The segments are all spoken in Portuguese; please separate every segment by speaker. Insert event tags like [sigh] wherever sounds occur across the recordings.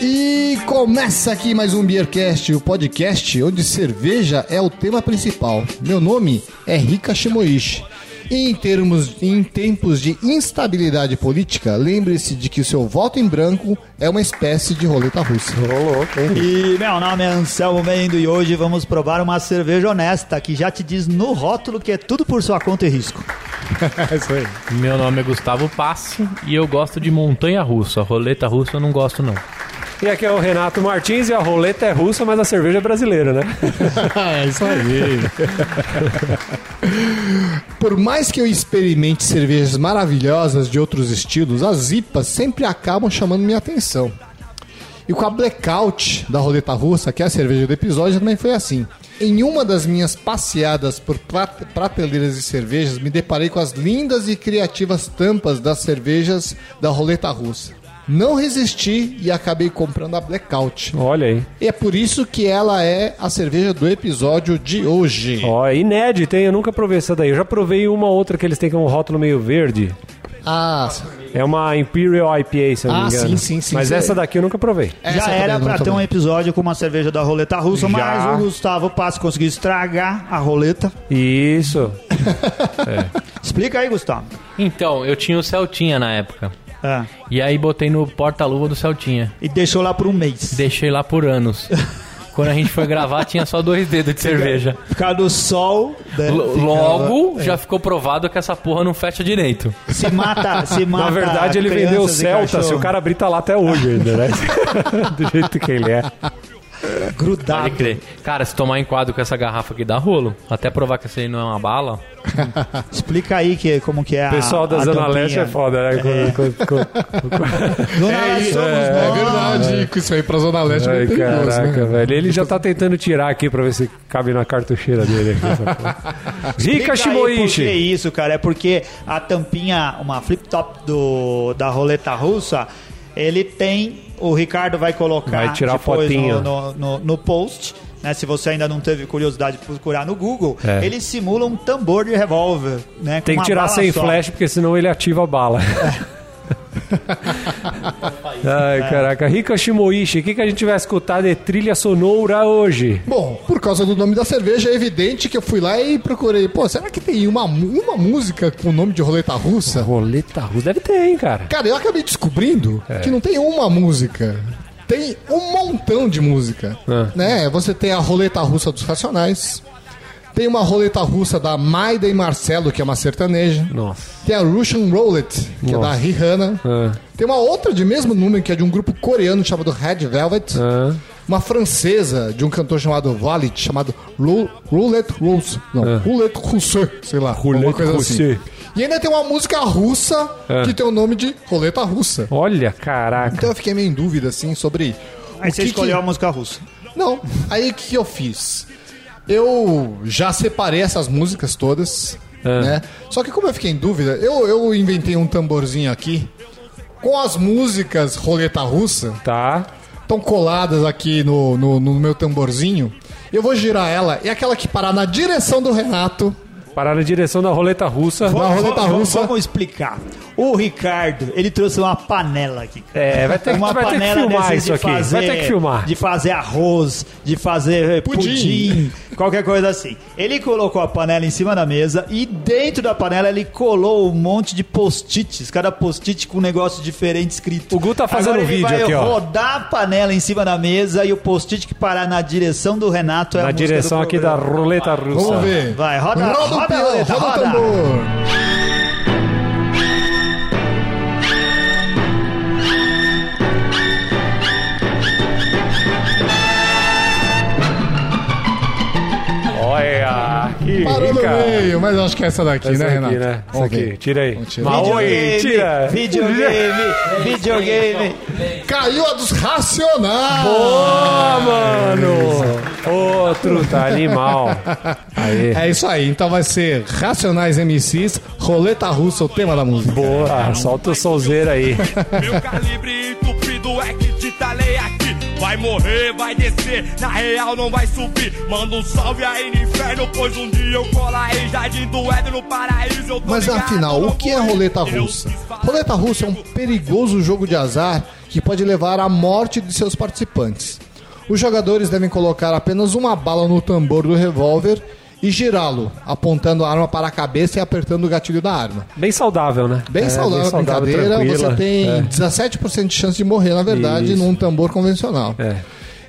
Speaker 1: E começa aqui mais um Beercast, o podcast onde cerveja é o tema principal. Meu nome é Rika Shimoishi. Em termos, em tempos de instabilidade política, lembre-se de que o seu voto em branco é uma espécie de roleta russa.
Speaker 2: E meu nome é Anselmo Mendo e hoje vamos provar uma cerveja honesta que já te diz no rótulo que é tudo por sua conta e risco.
Speaker 3: Meu nome é Gustavo Passe e eu gosto de montanha russa. Roleta russa eu não gosto, não.
Speaker 4: E aqui é o Renato Martins e a roleta é russa, mas a cerveja é brasileira, né?
Speaker 1: é isso aí. [laughs] Por mais que eu experimente cervejas maravilhosas de outros estilos, as IPAs sempre acabam chamando minha atenção. E com a Blackout da Roleta Russa, que é a cerveja do episódio, também foi assim. Em uma das minhas passeadas por prat- prateleiras de cervejas, me deparei com as lindas e criativas tampas das cervejas da Roleta Russa. Não resisti e acabei comprando a Blackout.
Speaker 4: Olha aí.
Speaker 1: E é por isso que ela é a cerveja do episódio de hoje.
Speaker 4: Ó, é inédita, hein? Eu nunca provei essa daí. Eu já provei uma outra que eles têm que é um rótulo meio verde.
Speaker 1: Ah,
Speaker 4: É uma Imperial IPA, se eu não
Speaker 1: Ah,
Speaker 4: me engano.
Speaker 1: sim, sim, sim,
Speaker 4: Mas
Speaker 1: sim.
Speaker 4: essa daqui eu nunca provei.
Speaker 1: essa
Speaker 2: já
Speaker 1: eu
Speaker 2: era
Speaker 1: também não,
Speaker 2: pra ter um
Speaker 1: também.
Speaker 2: episódio com uma cerveja da roleta russa,
Speaker 4: Já.
Speaker 2: mas o Gustavo Passo conseguiu estragar a roleta.
Speaker 4: Isso.
Speaker 2: Explica aí, Gustavo.
Speaker 3: Então, eu tinha o Celtinha na época.
Speaker 2: É.
Speaker 3: E aí botei no porta-luva do Celtinha.
Speaker 2: E deixou lá por um mês.
Speaker 3: Deixei lá por anos. Quando a gente foi gravar, tinha só dois dedos de cerveja.
Speaker 2: Por causa do sol, né?
Speaker 3: Lo-
Speaker 2: Fica-
Speaker 3: Logo, já ficou provado que essa porra não fecha direito.
Speaker 2: se mata, se mata.
Speaker 4: [laughs] Na verdade, ele vendeu o
Speaker 2: crianças e
Speaker 4: Celta, se o
Speaker 2: cachorro.
Speaker 4: cara abrir tá lá até hoje ainda, né? [laughs] Do jeito que ele é.
Speaker 3: Pode crer. Cara, se tomar enquadro com essa garrafa aqui dá rolo. Até provar que essa aí não é uma bala.
Speaker 2: Explica aí que, como que é a
Speaker 4: O pessoal da
Speaker 2: a
Speaker 4: Zona
Speaker 2: tampinha.
Speaker 4: Leste é foda, né? Quando- quando- quando-
Speaker 2: Zona Leste somos
Speaker 1: É
Speaker 2: nós.
Speaker 1: verdade, que isso aí pra Zona Leste é
Speaker 4: Ai,
Speaker 1: bem perigoso, né?
Speaker 4: caraca, velho. Ele já tá tentando tirar aqui pra ver se cabe na cartucheira dele aqui.
Speaker 2: [laughs]
Speaker 4: essa porra.
Speaker 2: Explica aí
Speaker 4: Rica
Speaker 2: Por que
Speaker 4: Shimoishi.
Speaker 2: isso, cara? É porque a tampinha, uma flip top do, da roleta russa, ele tem. O Ricardo vai colocar
Speaker 4: Vai tirar a
Speaker 2: depois
Speaker 4: fotinho.
Speaker 2: No, no, no- no post. Né, se você ainda não teve curiosidade de procurar no Google,
Speaker 4: É.
Speaker 2: ele simula um tambor de revólver. Né, com
Speaker 4: Tem que
Speaker 2: uma
Speaker 4: tirar
Speaker 2: bala
Speaker 4: sem
Speaker 2: só.
Speaker 4: flash, porque senão ele ativa
Speaker 2: [laughs]
Speaker 4: a bala. Ai,
Speaker 2: É.
Speaker 4: caraca. Rica Shimoishi, o que, que a gente vai escutar de trilha sonora hoje?
Speaker 1: Bom, por causa do nome da cerveja, é evidente que eu fui lá e procurei. Pô, será que tem uma, mu- uma música com o nome de roleta russa?
Speaker 4: Roleta russa. Deve ter, hein, cara?
Speaker 1: Cara, eu acabei descobrindo
Speaker 4: É.
Speaker 1: que não tem uma música. Tem um montão de música.
Speaker 4: Ah.
Speaker 1: Né? Você tem a roleta russa dos Racionais. Tem uma roleta russa da Maida e Marcelo, que é uma sertaneja.
Speaker 4: Nossa.
Speaker 1: Tem a Russian Roulette, que é da
Speaker 4: Nossa.
Speaker 1: Rihanna.
Speaker 4: Ah,
Speaker 1: Tem uma outra de mesmo número, que é de um grupo coreano chamado Red Velvet.
Speaker 4: ah.
Speaker 1: Uma francesa de um cantor chamado Valit, chamado Rou- Roulette Rose. Não,
Speaker 4: É.
Speaker 1: Roulette Russe, sei lá.
Speaker 4: Roulette
Speaker 1: alguma coisa
Speaker 4: Russe.
Speaker 1: Assim. E ainda tem uma música russa
Speaker 4: É.
Speaker 1: que tem o nome de Roleta Russa.
Speaker 4: Olha, caraca.
Speaker 1: Então eu fiquei meio em dúvida, assim, sobre.
Speaker 2: Aí
Speaker 1: o
Speaker 2: você
Speaker 1: que
Speaker 2: escolheu a
Speaker 1: que...
Speaker 2: música russa.
Speaker 1: Não, aí o que eu fiz? Eu já separei essas músicas todas,
Speaker 4: É.
Speaker 1: né? Só que como eu fiquei em dúvida, eu, eu inventei um tamborzinho aqui com as músicas Roleta Russa
Speaker 4: Tá.
Speaker 1: estão coladas aqui no, no, no meu tamborzinho. Eu vou girar ela e aquela que parar na direção do Renato.
Speaker 4: Parar na direção da roleta russa.
Speaker 1: Uma roleta
Speaker 2: Vamos-
Speaker 1: russa.
Speaker 2: Vamos explicar. O Ricardo, ele trouxe uma panela aqui.
Speaker 4: É, vai ter que-
Speaker 2: uma
Speaker 4: vai ter que
Speaker 2: panela
Speaker 4: filmar
Speaker 2: dessas
Speaker 4: isso
Speaker 2: de
Speaker 4: aqui. Vai
Speaker 2: fazer-
Speaker 4: ter que filmar.
Speaker 2: De fazer arroz, de fazer eh, pudim.
Speaker 1: Pudim.
Speaker 2: qualquer coisa assim. Ele colocou a panela em cima da mesa e dentro da panela ele colou um monte de post-its. Cada post-it com um negócio diferente escrito.
Speaker 4: O Gu tá fazendo
Speaker 2: Agora ele
Speaker 4: vídeo
Speaker 2: vai
Speaker 4: aqui, ó.
Speaker 2: rodar a panela em cima da mesa e o post-it que parar na direção do Renato é
Speaker 4: Na
Speaker 2: a música
Speaker 4: direção
Speaker 2: do
Speaker 4: aqui da
Speaker 2: programa.
Speaker 4: roleta russa.
Speaker 1: Vamos ver.
Speaker 2: Vai, roda-
Speaker 1: roda,
Speaker 2: roda
Speaker 1: o
Speaker 2: a
Speaker 1: piano,
Speaker 2: roleta,
Speaker 1: roda,
Speaker 2: roda.
Speaker 1: o tambor.
Speaker 4: Olha. Que
Speaker 1: Parou no
Speaker 4: rica.
Speaker 1: meio, mas eu acho que é essa daqui,
Speaker 4: Essa
Speaker 1: né, Renato?
Speaker 4: aqui, né? Essa
Speaker 1: Vamos
Speaker 4: aqui,
Speaker 1: ver.
Speaker 4: tira aí.
Speaker 1: Vamos tirar.
Speaker 4: Maui,
Speaker 2: [laughs]
Speaker 4: tira.
Speaker 2: Videogame, videogame.
Speaker 1: Caiu a dos Racionais.
Speaker 4: [laughs] Boa, mano! Outro tá animal. Aí.
Speaker 1: É isso aí, então vai ser Racionais MCs, Roleta Russa, o tema da música.
Speaker 4: Boa, solta o solzeiro aí.
Speaker 5: Meu calibre entupido é que te talei aqui. Vai morrer, vai descer, na real não vai subir. Manda um salve aí no inferno, pois um dia eu colarei Jardim do Éden no paraíso. Eu tô
Speaker 1: Mas
Speaker 5: ligado,
Speaker 1: afinal, o
Speaker 5: não
Speaker 1: que é
Speaker 5: vou-
Speaker 1: roleta
Speaker 5: Eu
Speaker 1: russa?
Speaker 5: quis falar
Speaker 1: Roleta russa é um perigoso jogo de azar que pode levar à morte de seus participantes. Os jogadores devem colocar apenas uma bala no tambor do revólver e girá-lo, apontando a arma para a cabeça e apertando o gatilho da arma.
Speaker 4: Bem saudável, né?
Speaker 1: Bem
Speaker 4: É,
Speaker 1: saudável a brincadeira,
Speaker 4: tranquila.
Speaker 1: você tem
Speaker 4: É.
Speaker 1: 17% de chance de morrer, na verdade,
Speaker 4: Isso.
Speaker 1: num tambor convencional.
Speaker 4: É.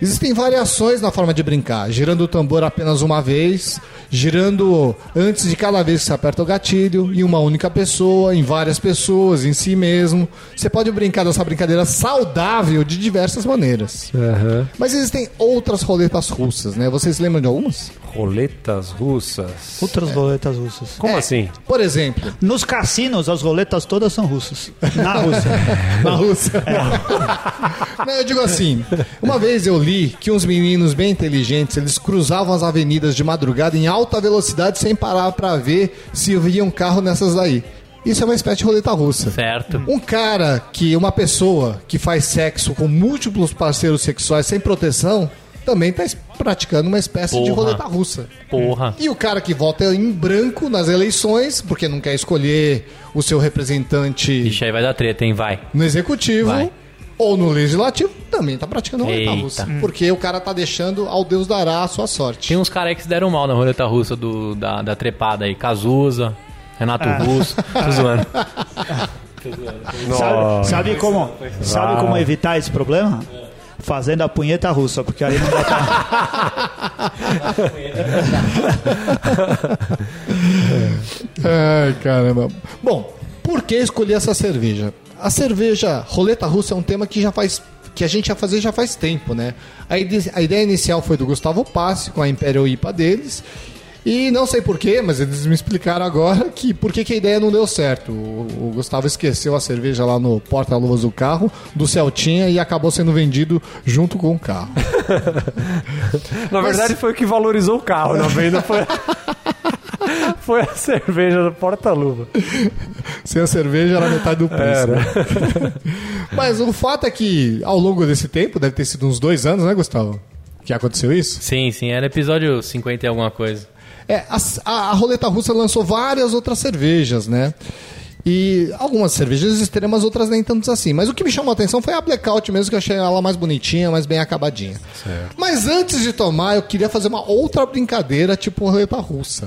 Speaker 1: Existem variações na forma de brincar, girando o tambor apenas uma vez, girando antes de cada vez que se aperta o gatilho, em uma única pessoa, em várias pessoas, em si mesmo. Você pode brincar dessa brincadeira saudável de diversas maneiras.
Speaker 4: É. Aham.
Speaker 1: Mas existem outras roletas russas, né? Vocês lembram de algumas?
Speaker 4: Roletas russas.
Speaker 2: Outras roletas russas.
Speaker 4: Como
Speaker 1: É.
Speaker 4: assim?
Speaker 1: Por exemplo,
Speaker 2: Nos cassinos, as roletas todas são russas. Na [laughs] Rússia.
Speaker 1: [laughs] Na Rússia. É. Não, eu digo assim. Uma vez eu li que uns meninos bem inteligentes, eles cruzavam as avenidas de madrugada em alta velocidade sem parar pra ver se havia um carro nessas daí. Isso é uma espécie de roleta russa.
Speaker 3: Certo.
Speaker 1: Um cara que, uma pessoa que faz sexo com múltiplos parceiros sexuais sem proteção, também tá es- praticando uma espécie de
Speaker 3: Porra.
Speaker 1: roleta russa.
Speaker 3: Porra.
Speaker 1: E o cara que vota em branco nas eleições, porque não quer escolher o seu representante
Speaker 3: Ixi, aí vai dar treta, hein? Vai.
Speaker 1: no executivo
Speaker 3: Vai.
Speaker 1: ou no legislativo também tá praticando roleta
Speaker 3: Eita.
Speaker 1: russa. Porque o cara tá deixando ao Deus dará a sua sorte.
Speaker 3: Tem uns caras aí que se deram mal na roleta russa do, da, da trepada aí. Cazuza, Renato Russo. Tô zoando.
Speaker 2: Sabe, sabe como, sabe como evitar esse problema? Fazendo a punheta russa, porque aí não dá pra...
Speaker 1: Ai, caramba. Bom, por que escolher essa cerveja? A cerveja roleta russa é um tema que já faz que a gente ia fazer já faz tempo, né? A, ide- a ideia inicial foi do Gustavo Passi com a Imperial IPA deles. E não sei porquê, mas eles me explicaram agora que por que que a ideia não deu certo. O, o Gustavo esqueceu a cerveja lá no porta-luvas do carro, do Celtinha, e acabou sendo vendido junto com o carro.
Speaker 4: Na
Speaker 1: Mas-
Speaker 4: verdade, foi o que valorizou o carro na venda. Foi, [laughs] foi a cerveja do porta-luva.
Speaker 1: Sem a cerveja era metade do preço. né? [laughs] Mas o fato é que ao longo desse tempo, deve ter sido uns dois anos, né, Gustavo? Que aconteceu isso?
Speaker 3: Sim, sim. Era episódio 50 e alguma coisa.
Speaker 1: É, a, a- a roleta russa lançou várias outras cervejas, né? E algumas cervejas extremas, outras nem tantas assim. Mas o que me chamou a atenção foi a blackout mesmo, que eu achei ela mais bonitinha, mais bem acabadinha. Mas antes de tomar, eu queria fazer uma outra brincadeira, tipo roleta russa.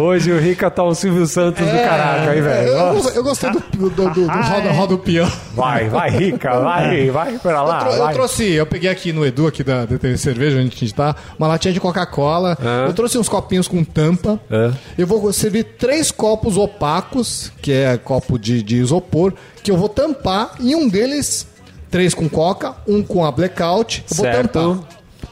Speaker 4: Hoje o Rica tá o Silvio Santos do caraca aí, velho.
Speaker 1: É. eu,
Speaker 4: Nossa.
Speaker 1: eu gostei do, do, do- do roda,
Speaker 2: é.
Speaker 1: roda o peão.
Speaker 4: Vai, vai, Rica, vai, vai pra
Speaker 1: É.
Speaker 4: lá.
Speaker 1: Eu, trou- eu
Speaker 4: vai.
Speaker 1: trouxe, eu peguei aqui no Edu, aqui da, da TV Cerveja, onde a gente tá, uma latinha de Coca-Cola. Eu trouxe uns copinhos com tampa.
Speaker 4: É.
Speaker 1: Eu vou servir três copos opacos, que é copo de, de isopor, que eu vou tampar. E um deles, três com coca, um com a blackout. Eu vou
Speaker 4: Certo.
Speaker 1: tampar.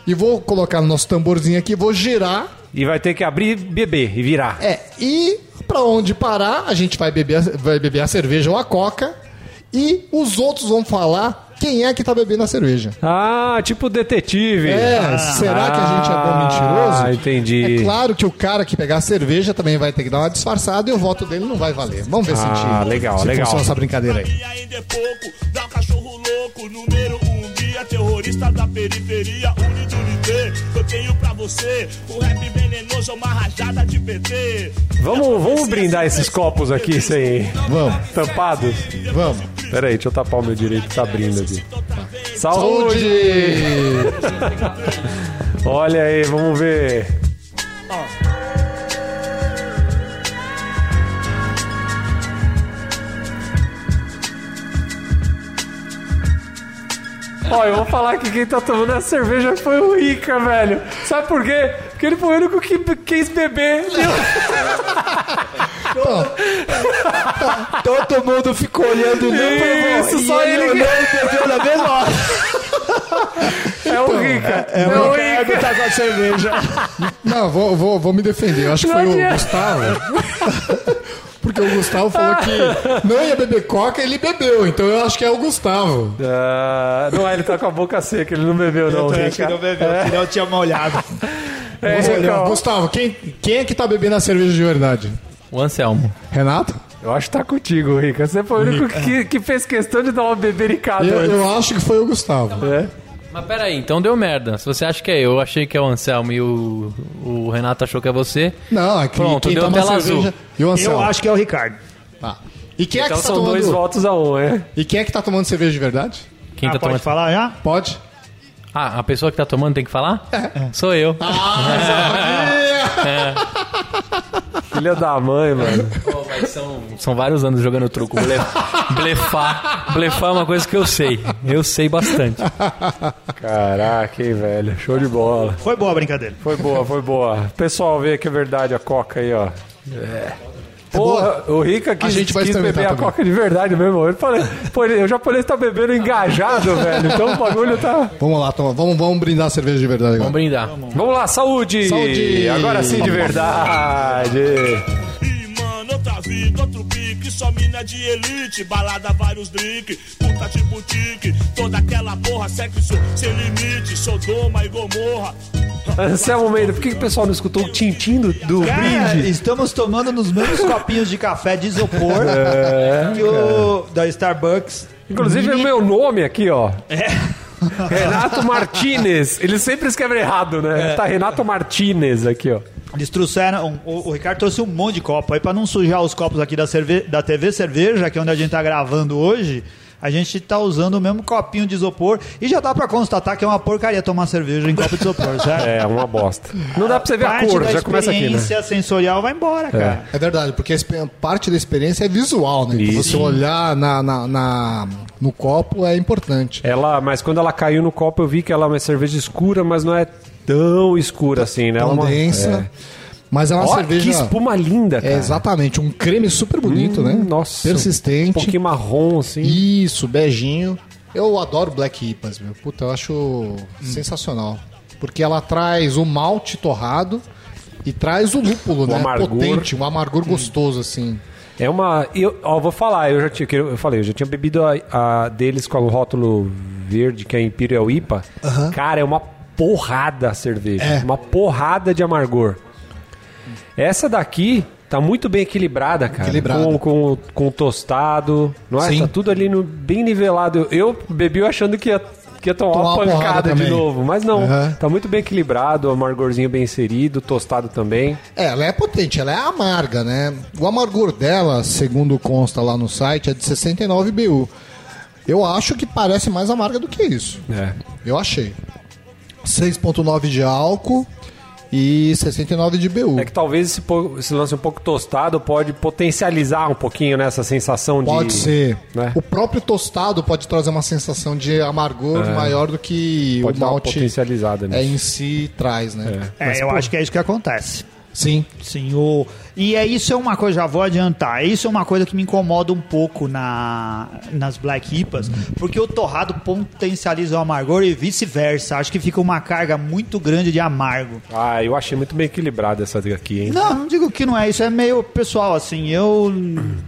Speaker 1: E vou colocar no nosso tamborzinho aqui, vou girar.
Speaker 4: E vai ter que abrir, beber e virar.
Speaker 1: É, e pra onde parar, a gente vai beber, a- vai beber a cerveja ou a coca. E os outros vão falar quem é que tá bebendo a cerveja.
Speaker 4: Ah, tipo detetive.
Speaker 1: É, será que a gente é bom mentiroso?
Speaker 4: Ah, entendi.
Speaker 1: É claro que o cara que pegar a cerveja também vai ter que dar uma disfarçada e o voto dele não vai valer. Vamos ver se a gente-
Speaker 4: Ah, legal,
Speaker 1: se
Speaker 4: legal.
Speaker 1: funciona essa brincadeira aí.
Speaker 5: E ainda é pouco, dá um cachorro louco, número um guia, terrorista da periferia, une de unité. Eu tenho pra você um rap venenoso, uma rajada de PT.
Speaker 4: Vamos, vamos brindar esses copos aqui sem
Speaker 1: Vamos,
Speaker 4: tampados?
Speaker 1: vamos.
Speaker 4: Pera aí, deixa eu tapar o meu direito que tá abrindo aqui. Saúde!
Speaker 1: Saúde!
Speaker 4: Olha aí, vamos ver. Ó, eu vou falar que quem tá tomando a cerveja foi o Rica, velho. Sabe por quê? Porque ele foi o único que be- quis beber.
Speaker 2: Então Todo mundo ficou olhando
Speaker 4: Isso, só ele que-
Speaker 2: bebeu na mesma hora.
Speaker 4: É o Rica. É,
Speaker 2: Não,
Speaker 4: o
Speaker 2: o cara
Speaker 4: Rica.
Speaker 2: que tá com a cerveja.
Speaker 1: Não, vou, vou, vou me defender. Eu acho que
Speaker 4: Não
Speaker 1: foi o
Speaker 4: adianta.
Speaker 1: Gustavo. [laughs] Porque o Gustavo falou
Speaker 4: Ah.
Speaker 1: que não ia beber coca, ele bebeu. Então eu acho que é o Gustavo.
Speaker 4: Ah, não, ele tá com a boca seca, ele não
Speaker 2: [laughs]
Speaker 4: bebeu, não,
Speaker 2: Eu também acho que
Speaker 4: Rica.
Speaker 2: não bebeu, senão eu tinha molhado.
Speaker 4: É,
Speaker 1: Você-
Speaker 4: Rica, ó.
Speaker 1: Gustavo, quem, quem é que tá bebendo a cerveja de verdade?
Speaker 3: O Anselmo.
Speaker 1: Renato?
Speaker 4: Eu acho que tá contigo, Rica. Você foi o único que, que fez questão de dar uma bebericada.
Speaker 1: Eu,
Speaker 4: antes.
Speaker 1: eu acho que foi o Gustavo.
Speaker 4: É.
Speaker 3: Mas peraí, então deu merda. Se você acha que é eu, eu achei que é o Anselmo e o, o Renato achou que é você.
Speaker 1: Não, é que
Speaker 3: Pronto,
Speaker 1: quem
Speaker 3: deu
Speaker 1: toma
Speaker 3: tela
Speaker 1: cerveja...
Speaker 3: azul.
Speaker 1: E o Anselmo?
Speaker 2: Eu acho que é o Ricardo.
Speaker 1: Tá. E quem, é
Speaker 4: Então
Speaker 1: que tá
Speaker 4: são dois
Speaker 1: tomando...
Speaker 4: votos a um, é?
Speaker 1: e quem é que tá tomando cerveja de verdade?
Speaker 3: Quem
Speaker 2: Ah,
Speaker 3: tá
Speaker 2: pode
Speaker 3: tomando?
Speaker 2: falar já?
Speaker 1: Pode?
Speaker 3: Ah, a pessoa que tá tomando tem que falar? É. Sou eu.
Speaker 4: Filha da mãe, mano.
Speaker 3: Pô, mas são, são vários anos jogando truco. Blef- [laughs] Blefar. Blefar é uma coisa que eu sei. Eu sei bastante.
Speaker 4: Caraca, hein, velho. Show de bola.
Speaker 2: Foi boa a brincadeira.
Speaker 4: Foi boa, foi boa. Pessoal, vê que é verdade a coca aí, ó. É. Porra, o Rica que
Speaker 1: A gente vai
Speaker 4: quis
Speaker 1: experimentar
Speaker 4: beber a
Speaker 1: também.
Speaker 4: coca de verdade mesmo. Eu falei, pô, ele- o japonês tá bebendo engajado, velho. Então o bagulho tá.
Speaker 1: Vamos lá, toma. Vamos, vamos brindar a cerveja de verdade agora.
Speaker 3: Vamos brindar.
Speaker 4: Vamos lá, saúde!
Speaker 1: Saúde!
Speaker 4: Agora sim de verdade!
Speaker 5: Ih, mano, outra vida, outro pique, só mina de elite, balada, vários drink, puta de boutique, toda aquela porra, sexo sem limite, Sodoma e Gomorra.
Speaker 4: Anselmo Meira, por que, que o pessoal não escutou o tintim do, do
Speaker 2: Cara,
Speaker 4: brinde?
Speaker 2: estamos tomando nos mesmos copinhos de café de isopor que o da Starbucks.
Speaker 4: Inclusive é o meu nome aqui, ó.
Speaker 2: É.
Speaker 4: Renato Martinez. Eles sempre escrevem errado, né?
Speaker 2: É.
Speaker 4: Tá Renato Martinez aqui, ó.
Speaker 2: Eles trouxeram. O, o Ricardo trouxe um monte de copo aí pra não sujar os copos aqui da, cerve, da TV Cerveja, que é onde a gente tá gravando hoje. A gente tá usando o mesmo copinho de isopor e já dá pra constatar que é uma porcaria tomar cerveja em copo de isopor, certo?
Speaker 4: [laughs] É, uma bosta. Não dá pra você ver a
Speaker 2: Parte
Speaker 4: cor,
Speaker 2: da
Speaker 4: já começa aqui, né?
Speaker 2: experiência sensorial vai embora, cara.
Speaker 1: É verdade, porque a expe- parte da experiência é visual, né? Então você olhar na, na- na- no copo é importante.
Speaker 4: Ela, mas quando ela caiu no copo, eu vi que ela é uma cerveja escura, mas não é tão escura assim, né? É
Speaker 1: É
Speaker 4: uma-
Speaker 1: uma densa. Mas é uma
Speaker 4: Ó,
Speaker 1: cerveja.
Speaker 4: que espuma linda,
Speaker 1: É
Speaker 4: cara.
Speaker 1: exatamente, um creme super bonito, né?
Speaker 4: Hum, Nossa. Um
Speaker 1: Persistente.
Speaker 4: pouquinho marrom, assim.
Speaker 1: Isso, beijinho. Eu adoro Black Ipas, meu. Puta, eu acho sensacional. Porque ela traz o malte torrado e traz o lúpulo, né?
Speaker 4: amargor.
Speaker 1: Potente, um amargor gostoso, assim.
Speaker 4: É uma. Eu, ó, vou falar, eu já tinha. que Eu eu falei, eu já tinha bebido a, a deles com o rótulo verde, que é Imperial IPA. Cara, é uma porrada a cerveja.
Speaker 1: É.
Speaker 4: Uma porrada de amargor. Essa daqui tá muito bem equilibrada, cara.
Speaker 1: Equilibrada.
Speaker 4: Com, com, com tostado. Não é?
Speaker 1: Sim.
Speaker 4: Tá tudo ali no, bem nivelado. Eu, eu bebi achando que ia. Que ia tomar,
Speaker 1: Tomar
Speaker 4: uma
Speaker 1: uma porrada
Speaker 4: pancada de
Speaker 1: também.
Speaker 4: novo, mas não.
Speaker 1: Aham.
Speaker 4: Tá muito bem equilibrado, o amargorzinho bem inserido, tostado também.
Speaker 1: É, ela é potente, ela é amarga, né? O amargor dela, segundo consta lá no site, é de 69 BU. Eu acho que parece mais amarga do que isso.
Speaker 4: É.
Speaker 1: Eu achei. 6.9 de álcool e 69 de BU.
Speaker 4: É que talvez esse, po- esse lance um pouco tostado pode potencializar um pouquinho nessa sensação de.
Speaker 1: Pode ser.
Speaker 4: né?
Speaker 1: O próprio tostado pode trazer uma sensação de amargor maior do que
Speaker 4: É. Pode
Speaker 1: o
Speaker 4: dar uma
Speaker 1: malte
Speaker 4: potencializada
Speaker 1: é,
Speaker 4: nisso.
Speaker 1: em si traz, né?
Speaker 2: É, eu acho que é isso que acontece.
Speaker 1: Sim.
Speaker 2: Sim, o... e é isso é uma coisa, já vou adiantar, isso é uma coisa que me incomoda um pouco na, nas Black Ipas, porque o torrado potencializa o amargor e vice-versa. Acho que fica uma carga muito grande de amargo.
Speaker 4: Ah, eu achei muito bem equilibrada essa aqui, hein?
Speaker 2: Não, não digo que não é, isso é meio pessoal, assim, eu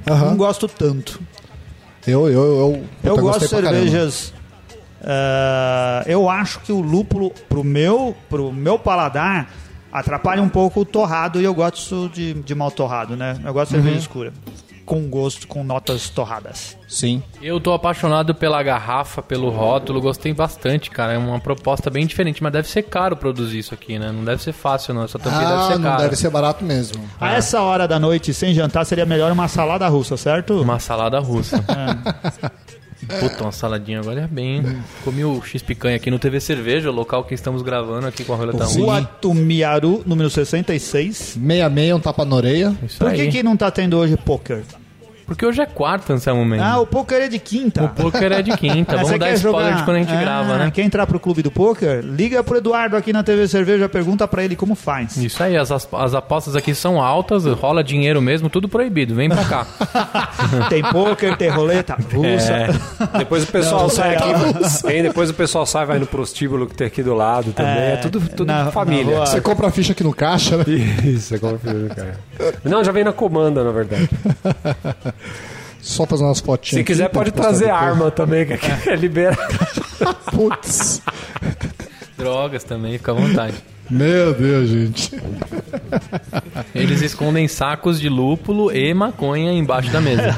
Speaker 2: não gosto tanto.
Speaker 1: Eu, eu, eu, puta,
Speaker 2: Eu gosto de
Speaker 1: gostei pra caramba.
Speaker 2: cervejas. ah, eu acho que o lúpulo, pro meu, pro meu paladar, atrapalha um pouco o torrado e eu gosto de, de mal torrado, né? Eu gosto de
Speaker 3: Uhum.
Speaker 2: cerveja escura. Com gosto, com notas torradas.
Speaker 1: Sim.
Speaker 3: Eu tô apaixonado pela garrafa, pelo rótulo, gostei bastante, cara. É uma proposta bem diferente, mas deve ser caro produzir isso aqui, né? Não deve ser fácil, não. Essa tampinha deve
Speaker 1: Ah,
Speaker 3: ser
Speaker 1: não
Speaker 3: cara.
Speaker 1: deve ser barato mesmo.
Speaker 3: Ah.
Speaker 2: A essa hora da noite, sem jantar, seria melhor uma salada russa, certo?
Speaker 3: Uma salada russa. Puta, uma saladinha agora é bem. hein? Comi o X-Picanha aqui no TV Cerveja, o local que estamos gravando aqui com a Roleta Russa.
Speaker 2: Rua Tumiaru, número 66.
Speaker 1: 66, um tapa na orelha.
Speaker 3: Isso
Speaker 2: Por que,
Speaker 3: aí.
Speaker 2: que não tá tendo hoje poker?
Speaker 3: Porque hoje é quarta, Anselmo Mendes.
Speaker 2: Ah, o poker é de quinta.
Speaker 3: O poker é de quinta.
Speaker 2: Ah, você
Speaker 3: Vamos dar
Speaker 2: quer
Speaker 3: spoiler
Speaker 2: jogar?
Speaker 3: de quando a gente
Speaker 2: Ah,
Speaker 3: grava, né?
Speaker 2: Quer entrar pro clube do poker? Liga pro Eduardo aqui na TV Cerveja, pergunta pra ele como faz.
Speaker 3: Isso aí, as, as apostas aqui são altas, rola dinheiro mesmo, tudo proibido. Vem
Speaker 2: [laughs]
Speaker 3: pra cá.
Speaker 2: [laughs] tem poker, tem
Speaker 3: [laughs]
Speaker 2: roleta
Speaker 3: É.
Speaker 2: russa.
Speaker 4: Depois o pessoal
Speaker 2: Não,
Speaker 1: é
Speaker 4: sai
Speaker 2: não.
Speaker 4: aqui. hein? Depois o pessoal sai, vai no prostíbulo que tem aqui do lado também. É, tudo, tudo
Speaker 2: na- na
Speaker 4: família.
Speaker 2: rua.
Speaker 1: Você compra a ficha aqui no caixa, né?
Speaker 4: Isso, é como filho, cara. Não, já vem na comanda, na verdade.
Speaker 1: Só fazer umas fotinhas.
Speaker 4: Se quiser,
Speaker 1: aqui tá pra
Speaker 4: pode
Speaker 1: postar
Speaker 4: trazer
Speaker 1: depois.
Speaker 4: arma também, que aqui é liberado.
Speaker 1: Putz.
Speaker 3: Drogas também, fica à vontade.
Speaker 1: Meu Deus, gente.
Speaker 3: Eles escondem sacos de lúpulo e maconha embaixo da mesa.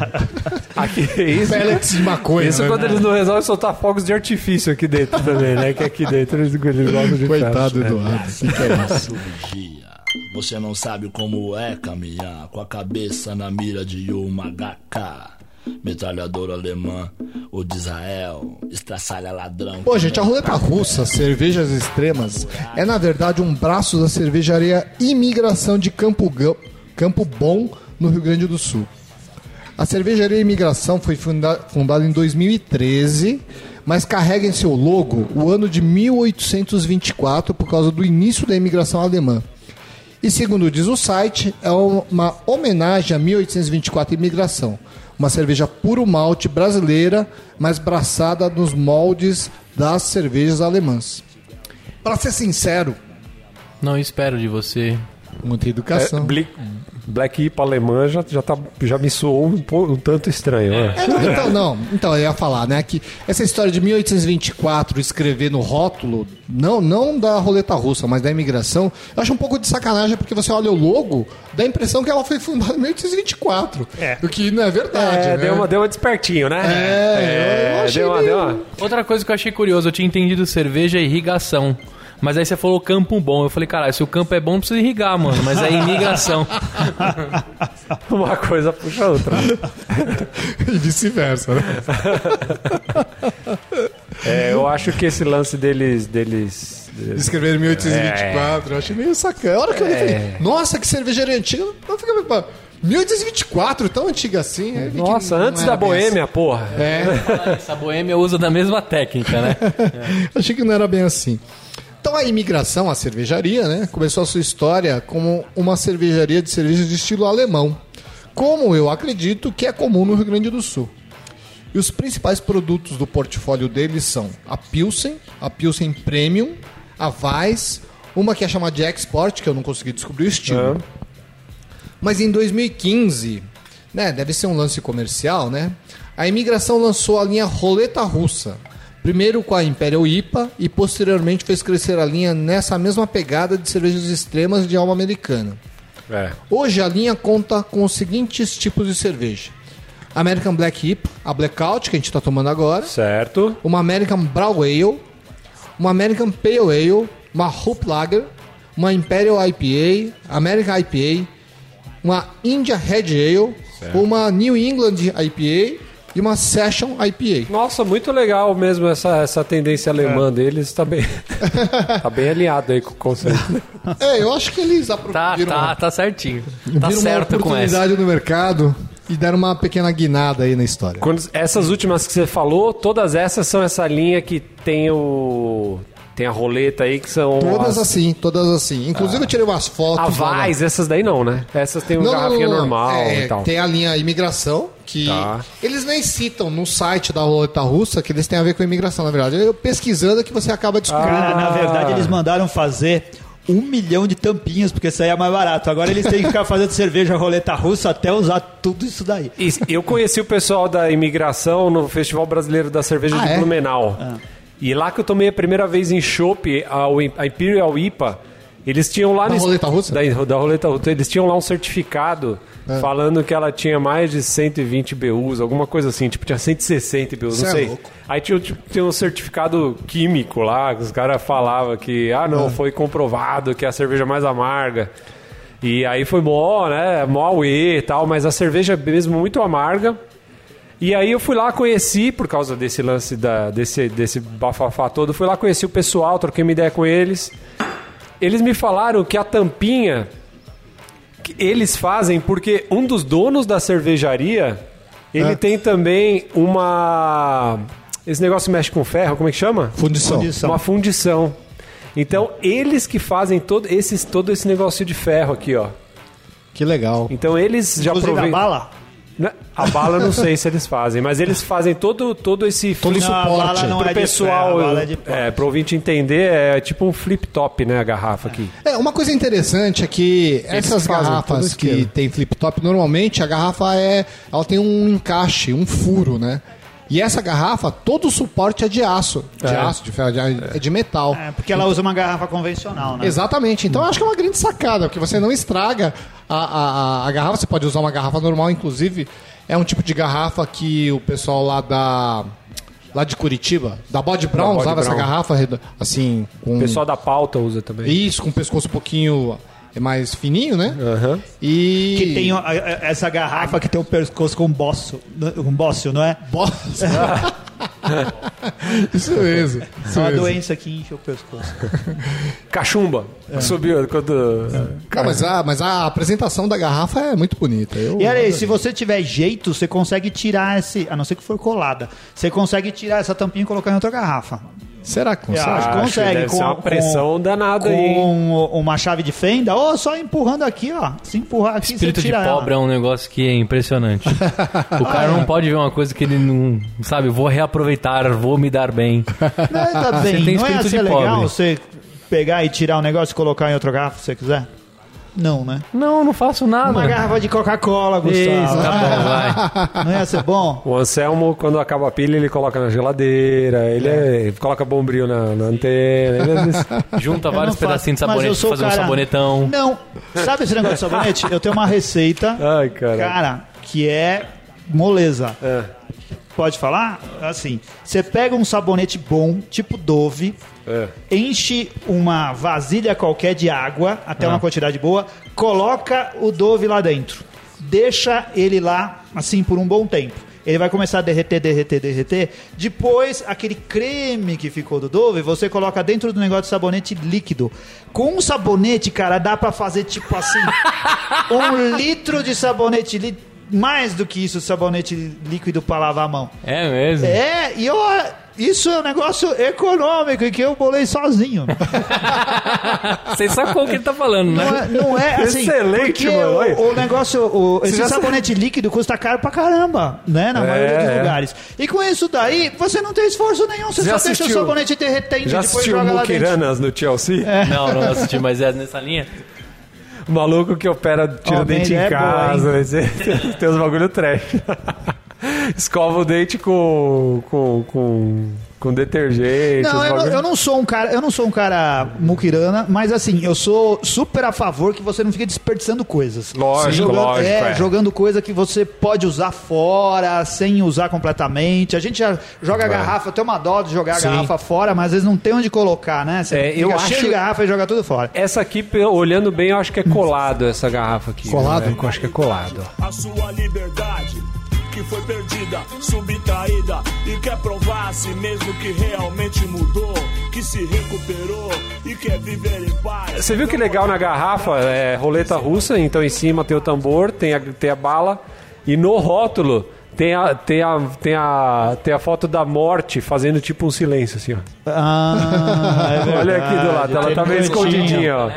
Speaker 4: Aqui é isso.
Speaker 1: Pellets de maconha.
Speaker 4: Isso
Speaker 1: né?
Speaker 4: quando eles não resolvem soltar fogos de artifício aqui dentro também, né? Que aqui dentro eles, eles gostam de
Speaker 1: Coitado, Eduardo. Que que é isso?
Speaker 5: cirurgia. Você não sabe como é caminhar com a cabeça na mira de uma HK. Metralhadora alemã, o de Israel, estraçalha ladrão.
Speaker 1: Pô, gente, a roleta russa, cervejas extremas, é na verdade um braço da cervejaria Imigração de Campo, Gão- Campo Bom, no Rio Grande do Sul. A cervejaria Imigração foi funda- fundada em 2013, mas carrega em seu logo o ano de 1824 por causa do início da imigração alemã. E segundo diz o site, é uma homenagem a 1824 Imigração. Uma cerveja puro malte brasileira, mas braçada nos moldes das cervejas alemãs. Para ser sincero,
Speaker 3: [laughs] Não espero de você.
Speaker 1: muita
Speaker 4: É,
Speaker 1: educação.
Speaker 4: Bli- Black Ipa alemã já, já, tá, já me soou um, po- um tanto estranho. né?
Speaker 1: É, não, então, não. Então, eu ia falar, né, que essa história de 1824 escrever no rótulo, não, não da roleta russa, mas da imigração, eu acho um pouco de sacanagem, porque você olha o logo, dá a impressão que ela foi fundada em 1824.
Speaker 2: É.
Speaker 1: O que não é verdade,
Speaker 4: É,
Speaker 1: né?
Speaker 4: deu, uma, deu uma despertinho, né?
Speaker 1: É, eu achei
Speaker 4: deu uma,
Speaker 1: meio-
Speaker 4: deu uma.
Speaker 3: Outra coisa que eu achei curioso, eu tinha entendido cerveja e irrigação. Mas aí você falou campo bom. Eu falei, caralho, se o campo é bom, não precisa irrigar, mano. Mas é imigração.
Speaker 4: Uma coisa puxa a outra.
Speaker 1: [laughs] E vice-versa, né?
Speaker 4: É, eu acho que esse lance deles. deles
Speaker 1: Escrever em 1824, eu achei meio sacana. A hora que eu li, eu falei,
Speaker 4: É.
Speaker 1: nossa, que cervejaria antiga. Eu fiquei, pá, 1824, tão antiga assim. Aí eu vi que
Speaker 4: nossa,
Speaker 1: não
Speaker 4: antes
Speaker 1: era
Speaker 4: da
Speaker 1: bem
Speaker 4: Boêmia, porra.
Speaker 1: assim. É.
Speaker 3: [laughs] Essa boêmia usa da mesma técnica, né?
Speaker 1: Achei que não era bem assim. Então a imigração à cervejaria, né, começou a sua história como uma cervejaria de cerveja de estilo alemão, como eu acredito que é comum no Rio Grande do Sul. E os principais produtos do portfólio deles são a Pilsen, a Pilsen Premium, a Weiss, uma que é chamada de Export, que eu não consegui descobrir o estilo.
Speaker 4: Ah.
Speaker 1: Mas em 2015, né, deve ser um lance comercial, né? A imigração lançou a linha Roleta Russa. Primeiro com a Imperial IPA e posteriormente fez crescer a linha nessa mesma pegada de cervejas extremas de alma americana.
Speaker 4: É.
Speaker 1: Hoje a linha conta com os seguintes tipos de cerveja: American Black IPA, a Blackout que a gente está tomando agora,
Speaker 4: Certo.
Speaker 1: uma American Brown Ale, uma American Pale Ale, uma Hoop Lager, uma Imperial IPA, American IPA, uma India Red Ale, uma New England IPA e uma Session IPA.
Speaker 4: Nossa, muito legal mesmo essa, essa tendência
Speaker 1: É.
Speaker 4: alemã deles. Tá bem, [laughs] tá bem alinhado aí com o conceito.
Speaker 1: É, eu acho que eles
Speaker 3: Tá,
Speaker 1: aprovaram
Speaker 3: tá, tá certinho. Tá certo
Speaker 1: uma
Speaker 3: com essa.
Speaker 1: oportunidade no mercado e deram uma pequena guinada aí na história.
Speaker 4: Quando- essas últimas que você falou, todas essas são essa linha que tem o. Tem a roleta aí que são.
Speaker 1: Todas
Speaker 4: as,
Speaker 1: assim, todas assim. Inclusive eu tirei umas fotos.
Speaker 4: A
Speaker 1: lá na-
Speaker 4: Vaz, essas daí não, né? Essas tem um garrafinha normal
Speaker 1: É,
Speaker 4: e tal.
Speaker 1: Tem a linha imigração, que
Speaker 4: Tá.
Speaker 1: eles nem citam no site da roleta russa que eles têm a ver com imigração, na verdade. Eu pesquisando é que você acaba descobrindo.
Speaker 4: Ah,
Speaker 2: Cara, na verdade eles mandaram fazer um milhão de tampinhas, porque isso aí é mais barato. Agora eles têm que ficar fazendo cerveja roleta russa até usar tudo isso daí.
Speaker 4: E eu conheci o pessoal da imigração no Festival Brasileiro da Cerveja
Speaker 1: Ah,
Speaker 4: de
Speaker 1: é?
Speaker 4: Blumenau. E lá que eu tomei a primeira vez em chopp a, a Imperial IPA, eles tinham lá...
Speaker 1: Da roleta russa?
Speaker 4: Da, da roleta russa. Eles tinham lá um certificado
Speaker 1: É.
Speaker 4: falando que ela tinha mais de 120 BUs, alguma coisa assim. Tipo, tinha 160 BUs,
Speaker 1: Cê é
Speaker 4: não sei.
Speaker 1: louco.
Speaker 4: Aí tinha, tipo, tinha um certificado químico lá, que os caras falavam que, ah,
Speaker 1: É.
Speaker 4: não, foi comprovado que é a cerveja mais amarga. E aí foi mó, né? Mó auê e tal, mas a cerveja é mesmo muito amarga. E aí eu fui lá, conheci, por causa desse lance, da, desse, desse bafafá todo, fui lá, conheci o pessoal, troquei uma ideia com eles. Eles me falaram que a tampinha que eles fazem porque um dos donos da cervejaria,
Speaker 2: É.
Speaker 4: ele tem também uma... Esse negócio mexe com ferro, como é que chama?
Speaker 1: Fundição.
Speaker 4: Uma fundição. Então, eles que fazem todo, esses, todo esse negócio de ferro aqui, ó.
Speaker 1: Que legal.
Speaker 4: Então, eles já
Speaker 2: Inclusive a
Speaker 4: aproveitam...
Speaker 2: bala.
Speaker 4: Né? A bala eu não sei se eles fazem, mas eles fazem todo, todo esse
Speaker 1: Todo
Speaker 4: flip
Speaker 1: isso
Speaker 2: Não, a
Speaker 1: suporte.
Speaker 2: bala não
Speaker 4: pro
Speaker 2: é de
Speaker 4: pessoal.
Speaker 2: ferro, a bala é de plástico.
Speaker 4: é, pro ouvinte entender, é tipo um flip top, né, a garrafa aqui.
Speaker 1: É, uma coisa interessante é que essas
Speaker 4: fazem todo o
Speaker 1: garrafas
Speaker 4: esquema.
Speaker 1: que tem flip top, normalmente a garrafa é. Ela tem um encaixe, um furo, né? E essa garrafa, todo o suporte é de aço. De
Speaker 4: É.
Speaker 1: aço, de ferro, de, é de metal.
Speaker 2: É, porque ela usa uma garrafa convencional, né?
Speaker 1: Exatamente. Então eu acho que é uma grande sacada, porque você não estraga a, a, a- a garrafa. Você pode usar uma garrafa normal, inclusive. É um tipo de garrafa que o pessoal lá da. Lá de Curitiba, da Bod Brown,
Speaker 4: Bod
Speaker 1: usava essa
Speaker 4: Brown.
Speaker 1: garrafa redo- assim, com.
Speaker 4: O pessoal da pauta usa também.
Speaker 1: Isso, com o pescoço um pouquinho é mais fininho, né?
Speaker 4: Aham.
Speaker 1: E.
Speaker 2: Que tem a- a- essa garrafa que tem o pescoço com um bócio, com bócio, não é? [laughs]
Speaker 1: Bosta. isso mesmo.
Speaker 2: É
Speaker 1: Isso
Speaker 2: uma
Speaker 1: mesmo.
Speaker 2: doença que enche o pescoço.
Speaker 4: Cachumba.
Speaker 2: É.
Speaker 4: Subiu quando.
Speaker 1: Não, mas, a, mas a apresentação da garrafa é muito bonita. Eu,
Speaker 2: E olha aí, se você tiver jeito, você consegue tirar esse, a não ser que for colada, você consegue tirar essa tampinha e colocar em outra garrafa.
Speaker 1: Será Ah, que consegue?
Speaker 2: acho que
Speaker 4: acho que
Speaker 2: consegue.
Speaker 4: deve ser uma pressão danada
Speaker 2: com
Speaker 4: aí, hein?
Speaker 2: uma chave de fenda, ou só empurrando aqui, ó. Se empurrar aqui,
Speaker 3: Espírito
Speaker 2: você
Speaker 3: de
Speaker 2: tira ela.
Speaker 3: pobre é um negócio que é impressionante. O cara não pode ver uma coisa que ele não. Sabe, vou reaproveitar, vou me dar [laughs] bem.
Speaker 2: Não, é, tá bem.
Speaker 3: Você tem
Speaker 2: não é
Speaker 3: espírito
Speaker 2: assim
Speaker 3: de
Speaker 2: legal
Speaker 3: pobre.
Speaker 2: você pegar e tirar o negócio e colocar em outra garrafa, se você quiser? Não, né?
Speaker 3: Não, não faço nada.
Speaker 2: Uma garrafa de Coca-Cola,
Speaker 3: Isso,
Speaker 2: Gustavo.
Speaker 3: tá bom,
Speaker 2: [laughs]
Speaker 3: vai.
Speaker 2: Não ia ser bom?
Speaker 4: O Anselmo, quando acaba a pilha, ele coloca na geladeira, ele é- coloca bombril na, na antena.
Speaker 2: [laughs]
Speaker 4: ele é-
Speaker 3: Junta vários
Speaker 2: Eu não faço,
Speaker 3: pedacinhos de
Speaker 2: mas eu
Speaker 3: sabonete
Speaker 2: sou
Speaker 3: pra
Speaker 2: o
Speaker 3: fazer um
Speaker 2: cara-
Speaker 3: sabonetão.
Speaker 2: Não. Sabe esse negócio de sabonete? Eu tenho uma
Speaker 3: [laughs]
Speaker 2: receita,
Speaker 4: Ai, cara.
Speaker 2: cara, que é moleza.
Speaker 4: É.
Speaker 2: Pode falar? Assim, você pega um sabonete bom, tipo Dove,
Speaker 4: É.
Speaker 2: enche uma vasilha qualquer de água, até uma quantidade boa, coloca o Dove lá dentro. Deixa ele lá, assim, por um bom tempo. Ele vai começar a derreter, derreter, derreter. Depois, aquele creme que ficou do Dove, você coloca dentro do negócio de sabonete líquido. Com um sabonete, cara, dá pra fazer tipo assim: um litro de sabonete líquido. Mais do que isso, sabonete líquido pra lavar a mão.
Speaker 3: É mesmo?
Speaker 2: É, e eu. Isso é um negócio econômico e que eu bolei
Speaker 4: [laughs]
Speaker 2: sozinho.
Speaker 3: Você sacou o que ele tá falando,
Speaker 2: Não é,
Speaker 3: né?
Speaker 2: não é assim.
Speaker 4: Excelente,
Speaker 2: porque
Speaker 4: mano, olha.
Speaker 2: O, o negócio. O, esse
Speaker 4: já sabe-
Speaker 2: sabonete líquido custa caro pra caramba, né? Na
Speaker 4: É,
Speaker 2: maioria dos
Speaker 4: é.
Speaker 2: lugares. E com isso daí, você não tem esforço nenhum. Você
Speaker 4: Já
Speaker 2: só deixa o
Speaker 4: assistiu-
Speaker 2: sabonete derretendo
Speaker 4: Já
Speaker 2: e depois
Speaker 4: assistiu
Speaker 2: joga lá dentro. É.
Speaker 4: Mukiranas no Chelsea?
Speaker 3: Não, não assisti, mas é nessa linha.
Speaker 4: O maluco que opera tira
Speaker 2: Ó,
Speaker 4: dente em
Speaker 2: ele é
Speaker 4: casa, esse- tem uns bagulho trash. [laughs] Escova o dente com, com, com, com detergente.
Speaker 2: Não,
Speaker 4: uns
Speaker 2: eu não,
Speaker 4: bagulho-
Speaker 2: eu não sou um cara, eu não sou um cara muquirana, mas assim, eu sou super a favor que você não fique desperdiçando coisas.
Speaker 4: Lógico,
Speaker 2: jogando,
Speaker 4: lógico,
Speaker 2: É,
Speaker 4: é.
Speaker 2: jogando coisa que você pode usar fora, sem usar completamente. A gente já joga a garrafa, tem uma dó de jogar a garrafa fora, mas às vezes não tem onde colocar, né? Você
Speaker 4: É, eu
Speaker 2: fica cheio
Speaker 4: acho-
Speaker 2: de garrafa e joga tudo fora.
Speaker 4: Essa aqui, pe- olhando bem, eu acho que é colado essa garrafa aqui.
Speaker 1: Colado?
Speaker 4: né? Eu acho que é colado. ó.
Speaker 5: a sua liberdade que foi perdida, subtraída e quer provar a si mesmo que realmente mudou, que se recuperou e quer viver em paz.
Speaker 4: Você viu que legal na garrafa? É roleta russa, então em cima tem o tambor, tem a, tem a bala. E no rótulo tem a, tem, a, tem, a, tem a foto da morte fazendo tipo um silêncio, assim, ó.
Speaker 2: Ah, é
Speaker 4: [laughs] Olha
Speaker 2: verdade.
Speaker 4: aqui do lado, ela
Speaker 2: Tem
Speaker 4: tá meio
Speaker 2: bonitinho.
Speaker 4: escondidinha, ó.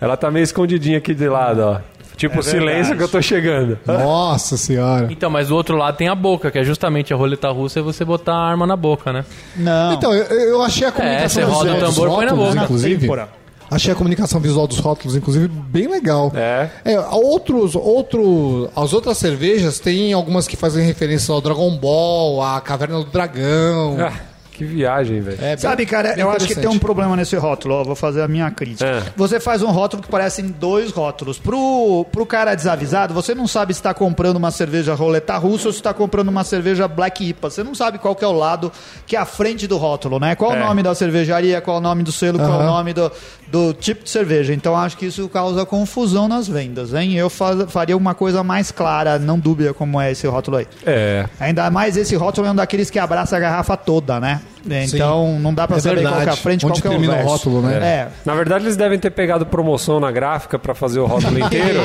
Speaker 4: Ela tá meio escondidinha aqui de lado, ó. Tipo, silêncio que eu tô chegando. [laughs]
Speaker 1: Nossa senhora.
Speaker 3: Então, mas do outro lado tem a boca, que é justamente a roleta russa e você botar a arma na boca, né?
Speaker 2: Não.
Speaker 1: Então, eu, eu achei a comunicação
Speaker 3: É, você roda o
Speaker 1: dos
Speaker 3: tambor, põe na
Speaker 1: rótulos,
Speaker 3: boca.
Speaker 1: inclusive.
Speaker 2: Têmpora.
Speaker 1: Achei a comunicação visual dos rótulos, inclusive, bem legal.
Speaker 4: É.
Speaker 1: outros, outro, as outras cervejas têm algumas que fazem referência ao Dragon Ball, à Caverna do Dragão.
Speaker 4: Ah, que viagem, velho.
Speaker 1: É bem-
Speaker 2: Sabe, cara,
Speaker 1: bem
Speaker 2: eu acho que tem um
Speaker 1: interessante.
Speaker 2: problema nesse rótulo. Ó, vou fazer a minha crítica.
Speaker 4: É.
Speaker 2: Você faz um rótulo que parecem dois rótulos. Pro, pro cara desavisado, você não sabe se está comprando uma cerveja roleta russa ou se está comprando uma cerveja black IPA. Você não sabe qual que é o lado que é a frente do rótulo, né? Qual o nome da cervejaria, qual o nome do selo, qual o
Speaker 1: Aham.
Speaker 2: nome do, do tipo de cerveja. Então acho que isso causa confusão nas vendas, hein? Eu fa- faria uma coisa mais clara, não dúbida como é esse rótulo aí.
Speaker 4: É.
Speaker 2: Ainda mais esse rótulo é um daqueles que abraça a garrafa toda, né? Então não dá pra
Speaker 1: É
Speaker 2: saber qual que é a
Speaker 1: verdade.
Speaker 2: frente,
Speaker 1: Onde
Speaker 2: qual que é o
Speaker 1: termina o
Speaker 2: verso.
Speaker 1: rótulo, né?
Speaker 2: É.
Speaker 4: Na verdade, eles devem ter pegado promoção na gráfica pra fazer o rótulo inteiro.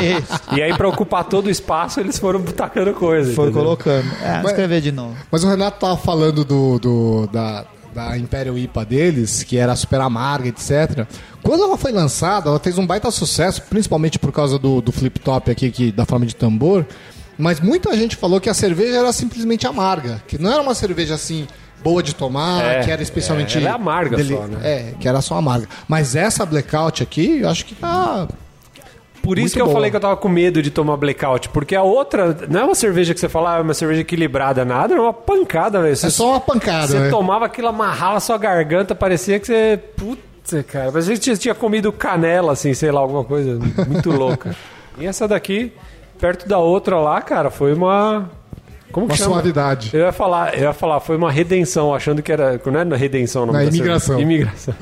Speaker 4: e aí, pra ocupar todo o espaço, eles foram tacando coisa.
Speaker 2: Foi
Speaker 4: entendeu?
Speaker 2: colocando. É, escrever de novo.
Speaker 1: Mas o Renato tava falando do, do- da, da Império IPA deles, que era super amarga, etc. Quando ela foi lançada, ela fez um baita sucesso, principalmente por causa do, do flip top aqui, que, da forma de tambor. Mas muita gente falou que a cerveja era simplesmente amarga, que não era uma cerveja assim boa de tomar,
Speaker 4: É,
Speaker 1: que era especialmente.
Speaker 4: é, ela é amarga só, né?
Speaker 1: É, que era só amarga. Mas essa blackout aqui, eu acho que tá.
Speaker 4: Por
Speaker 1: Muito
Speaker 4: isso que eu
Speaker 1: boa.
Speaker 4: falei que eu tava com medo de tomar blackout. Porque a outra, não é uma cerveja que você fala, ah, é uma cerveja equilibrada, nada. É uma pancada, velho. Você
Speaker 1: É só uma pancada,
Speaker 4: Você
Speaker 1: né?
Speaker 4: tomava aquilo, amarrava sua garganta, parecia que você. Puta, cara. Mas a gente tinha comido canela, assim, sei lá, alguma coisa
Speaker 1: [laughs]
Speaker 4: muito louca. E essa daqui, perto da outra lá, cara, foi uma. Como que
Speaker 1: Uma
Speaker 4: chama?
Speaker 1: suavidade.
Speaker 4: Eu ia falar, eu ia falar, foi uma redenção, achando que era. Não é na redenção, não.
Speaker 1: Na imigração.
Speaker 4: Imigração.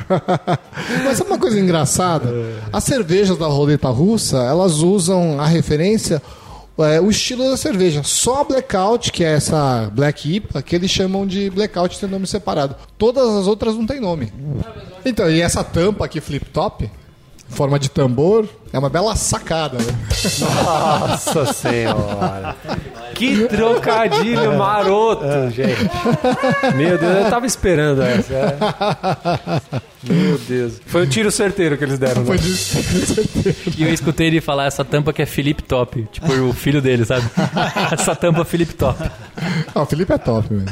Speaker 1: Mas sabe uma coisa engraçada? As cervejas da roleta russa, elas usam a referência, é, o estilo da cerveja. Só a Blackout, que é essa Black IPA, que eles chamam de Blackout, tem nome separado. Todas as outras não tem nome. Então, e essa tampa aqui, flip top, forma de tambor, é uma bela sacada, né? [laughs]
Speaker 4: Nossa senhora. É. Que trocadilho maroto, gente. Meu Deus, eu tava esperando essa. é. Meu Deus. Foi o tiro certeiro que eles deram. né?
Speaker 1: Foi disso.
Speaker 3: E eu escutei ele falar essa tampa que é Felipe Top. Tipo, o filho dele,
Speaker 2: [laughs]
Speaker 3: sabe? Essa tampa Felipe Top.
Speaker 1: Ah, o Felipe é top mesmo.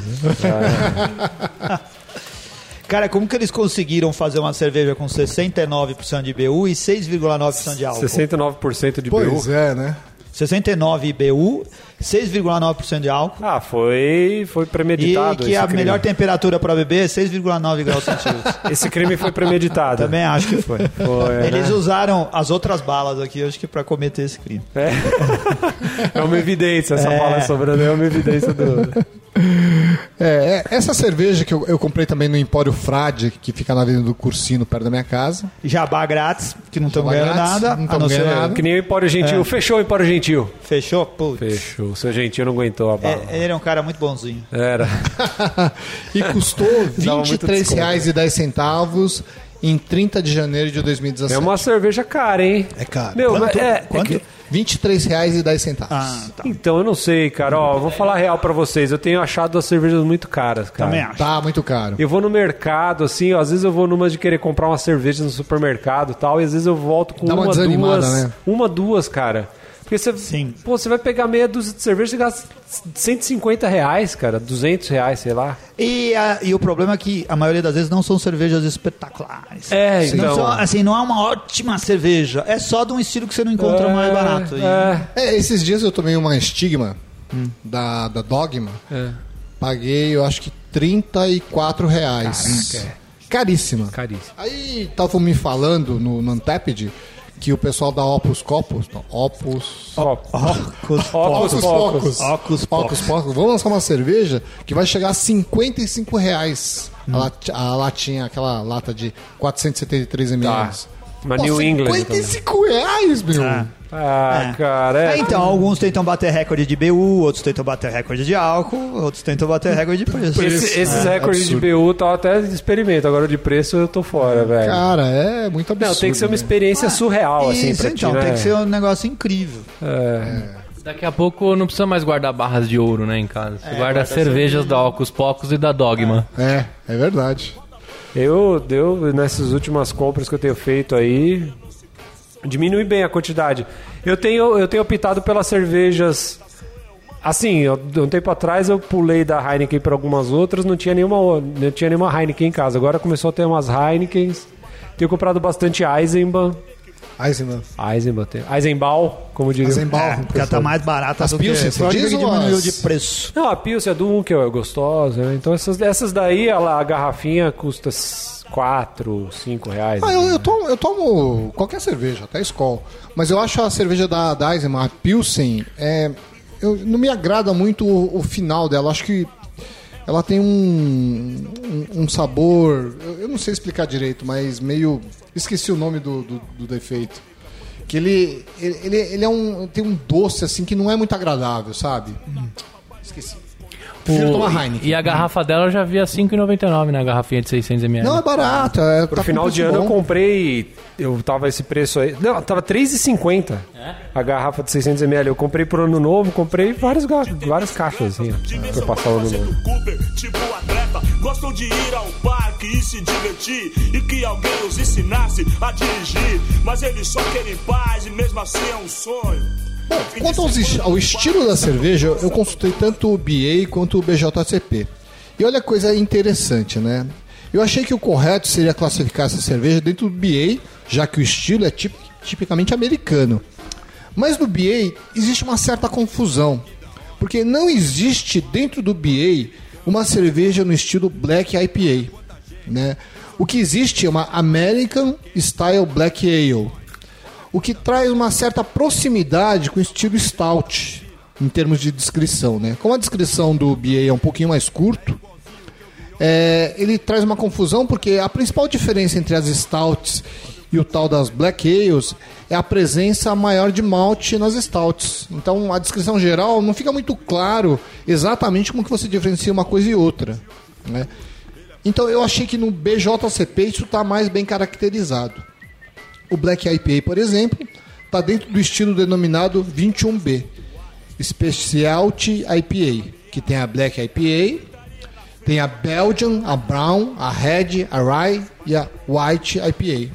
Speaker 2: Cara, como que eles conseguiram fazer uma cerveja com 69% de IBU e 6,9% de álcool?
Speaker 4: 69% de
Speaker 1: Pois
Speaker 4: BU.
Speaker 1: é, né?
Speaker 2: 69 IBU, 6,9% de álcool.
Speaker 4: Ah, foi, foi
Speaker 2: E
Speaker 4: premeditado.
Speaker 2: que
Speaker 4: esse
Speaker 2: a
Speaker 4: crime. [laughs]
Speaker 2: melhor temperatura para beber é 6,9 graus centígrados.
Speaker 4: Esse crime foi premeditado.
Speaker 2: [laughs] Também acho que foi.
Speaker 4: Foi, né?
Speaker 2: Eles usaram as outras balas aqui, acho que para cometer esse crime.
Speaker 4: É [laughs] uma evidência, essa fala sobrando é uma evidência do.
Speaker 1: É, é, essa cerveja que eu, eu comprei também no Empório Frade, que fica na Avenida do Cursino, perto da minha casa.
Speaker 2: Jabá grátis, que não estamos ganhando
Speaker 1: grátis,
Speaker 2: nada.
Speaker 1: não
Speaker 2: a não
Speaker 1: tamo
Speaker 2: ser...
Speaker 1: ganhando nada.
Speaker 4: Que nem o Empório Gentil. Fechou o Empório Gentil.
Speaker 2: É. Fechou? Putz.
Speaker 4: Fechou. O seu Gentil não aguentou a bala.
Speaker 2: É, ele era um cara muito bonzinho.
Speaker 4: Era.
Speaker 1: [laughs] E custou
Speaker 4: Dava muito desconto.
Speaker 1: R$23,10 em 30 de janeiro de 2017.
Speaker 4: É uma cerveja cara, hein?
Speaker 1: É caro.
Speaker 4: Meu,
Speaker 2: Quanto?
Speaker 4: mas é, é
Speaker 2: Quanto?
Speaker 4: que-
Speaker 1: R$23,10.
Speaker 2: Ah, tá.
Speaker 4: Então, eu não sei, cara. Ó, eu vou falar a real pra vocês. Eu tenho achado as cervejas muito caras, cara.
Speaker 2: Também acho.
Speaker 1: Tá muito caro.
Speaker 4: Eu vou no mercado, assim, ó, às vezes eu vou numa de querer comprar uma cerveja no supermercado e tal, e às vezes eu volto com
Speaker 1: Dá uma
Speaker 4: uma,
Speaker 1: desanimada,
Speaker 4: duas.
Speaker 1: né?
Speaker 4: Uma, duas, cara. Porque você,
Speaker 2: Sim.
Speaker 4: pô, você vai pegar meia dúzia de cerveja e gasta 150 reais, cara, 200 reais, sei lá.
Speaker 2: E, a- e o problema é que a maioria das vezes não são cervejas espetaculares.
Speaker 4: É,
Speaker 2: Não
Speaker 4: então.
Speaker 2: são, assim, não é uma ótima cerveja. É só de um estilo que você não encontra mais barato. E-
Speaker 4: É,
Speaker 1: É, esses dias eu tomei uma estigma da, da Dogma. Paguei, eu acho que R$34,00. É. Caríssima.
Speaker 4: caríssimo.
Speaker 1: Aí estavam me falando no, no Untapped que o pessoal da Opus Copos, não, Opus
Speaker 4: Ó,
Speaker 2: Óculos,
Speaker 4: [laughs] Óculos Pocos.
Speaker 2: Óculos
Speaker 1: Pocos, Pocos. Vamos lançar uma cerveja que vai chegar a 55 reais.
Speaker 4: Hum.
Speaker 1: A, lati- a latinha, aquela lata de 473 ml.
Speaker 4: Tá. Uma New England também.
Speaker 1: 55 reais, meu.
Speaker 2: Ah.
Speaker 4: Ah,
Speaker 2: É.
Speaker 4: cara, é.
Speaker 2: É, então, alguns tentam bater recorde de BU, outros tentam bater recorde de álcool, outros tentam bater recorde de preço. É.
Speaker 4: Esse- é, esses recordes de BU tal, até experimento. Agora de preço eu tô fora, velho.
Speaker 1: Cara, é muito absurdo.
Speaker 4: Não, tem que ser uma
Speaker 1: né?
Speaker 4: experiência surreal, assim,
Speaker 2: Ah, Isso,
Speaker 4: pra
Speaker 2: então,
Speaker 4: ti, né? É,
Speaker 2: tem que ser um negócio incrível.
Speaker 3: Daqui a pouco não precisa mais guardar barras de ouro, né, em
Speaker 2: É,
Speaker 3: casa. Você guarda as cervejas da Ocus Pocos e da Dogma.
Speaker 1: É, é verdade.
Speaker 4: Eu, eu, nessas últimas compras que eu tenho feito aí, diminui bem a quantidade. Eu tenho, eu tenho optado pelas cervejas. Assim, eu- um tempo atrás eu pulei da Heineken para algumas outras, não tinha nenhuma, o- não tinha nenhuma Heineken em casa. Agora começou a ter umas Heinekens. Tenho comprado bastante Eisenbahn.
Speaker 1: Eisenman.
Speaker 4: Eisenbahn, tem- Eisenbahn, como diria.
Speaker 1: Eisenbahn.
Speaker 2: É, já tá mais barata
Speaker 1: As
Speaker 2: do que
Speaker 1: Pilsen, você
Speaker 2: foi a única
Speaker 1: diz
Speaker 2: que
Speaker 1: ou
Speaker 2: diminuiu
Speaker 1: as-
Speaker 2: de preço.
Speaker 4: Não, a Pilsen, a Dunkel é gostosa, né? Então essas, essas daí, a, a garrafinha custa 4, 5 reais.
Speaker 1: Ah, eu, eu tomo, eu tomo qualquer cerveja, até Skol. Mas eu acho a cerveja da, da Eisenman, a Pilsen, é, eu, não me agrada muito o, o final dela. Eu Acho que ela tem um, um, um sabor. Eu, eu não sei explicar direito, mas meio. Esqueci o nome do, do, do defeito. Que ele, ele, ele, ele é um, tem um doce assim que não é muito agradável, sabe?
Speaker 4: Hum.
Speaker 1: Esqueci.
Speaker 2: É.
Speaker 1: Prefiro tomar Heineken.
Speaker 3: E a garrafa dela eu já vi né, a 5,99 na garrafinha de 600ml.
Speaker 1: Não, é barato. É,
Speaker 4: Pro final de ano eu comprei. Eu tava esse preço aí. Não, tava R$3,50 a garrafa de 600ml. Eu comprei pro ano novo, comprei várias, ga- várias caixas assim, pra
Speaker 1: é um
Speaker 5: Dimensão
Speaker 4: passar o ano novo.
Speaker 5: fazendo Cooper, tipo atleta, gostam de ir ao parque e se divertir e que alguém os ensinasse a dirigir, mas eles só querem paz e mesmo assim é um sonho.
Speaker 1: Bom, quanto aos est- ao estilo da cerveja, eu consultei tanto o BA quanto o BJCP. E olha a coisa interessante, né? Eu achei que o correto seria classificar essa cerveja dentro do BA, já que o estilo é tip- tipicamente americano. Mas no BA existe uma certa confusão, porque não existe dentro do BA uma cerveja no estilo Black IPA, né? O que existe é uma American Style Black Ale, o que traz uma certa proximidade com o estilo stout, em termos de descrição, né? Como a descrição do BA é um pouquinho mais curto, é, ele traz uma confusão porque a principal diferença entre as stouts e o tal das black ales é a presença maior de malte nas stouts. Então a descrição geral não fica muito claro exatamente como que você diferencia uma coisa e outra, né? Então eu achei que no BJCP isso está mais bem caracterizado. O Black IPA, por exemplo, está dentro do estilo denominado 21B, Specialty IPA, que tem a Black IPA, tem a Belgian, a Brown, a Red, a Rye e a White IPA.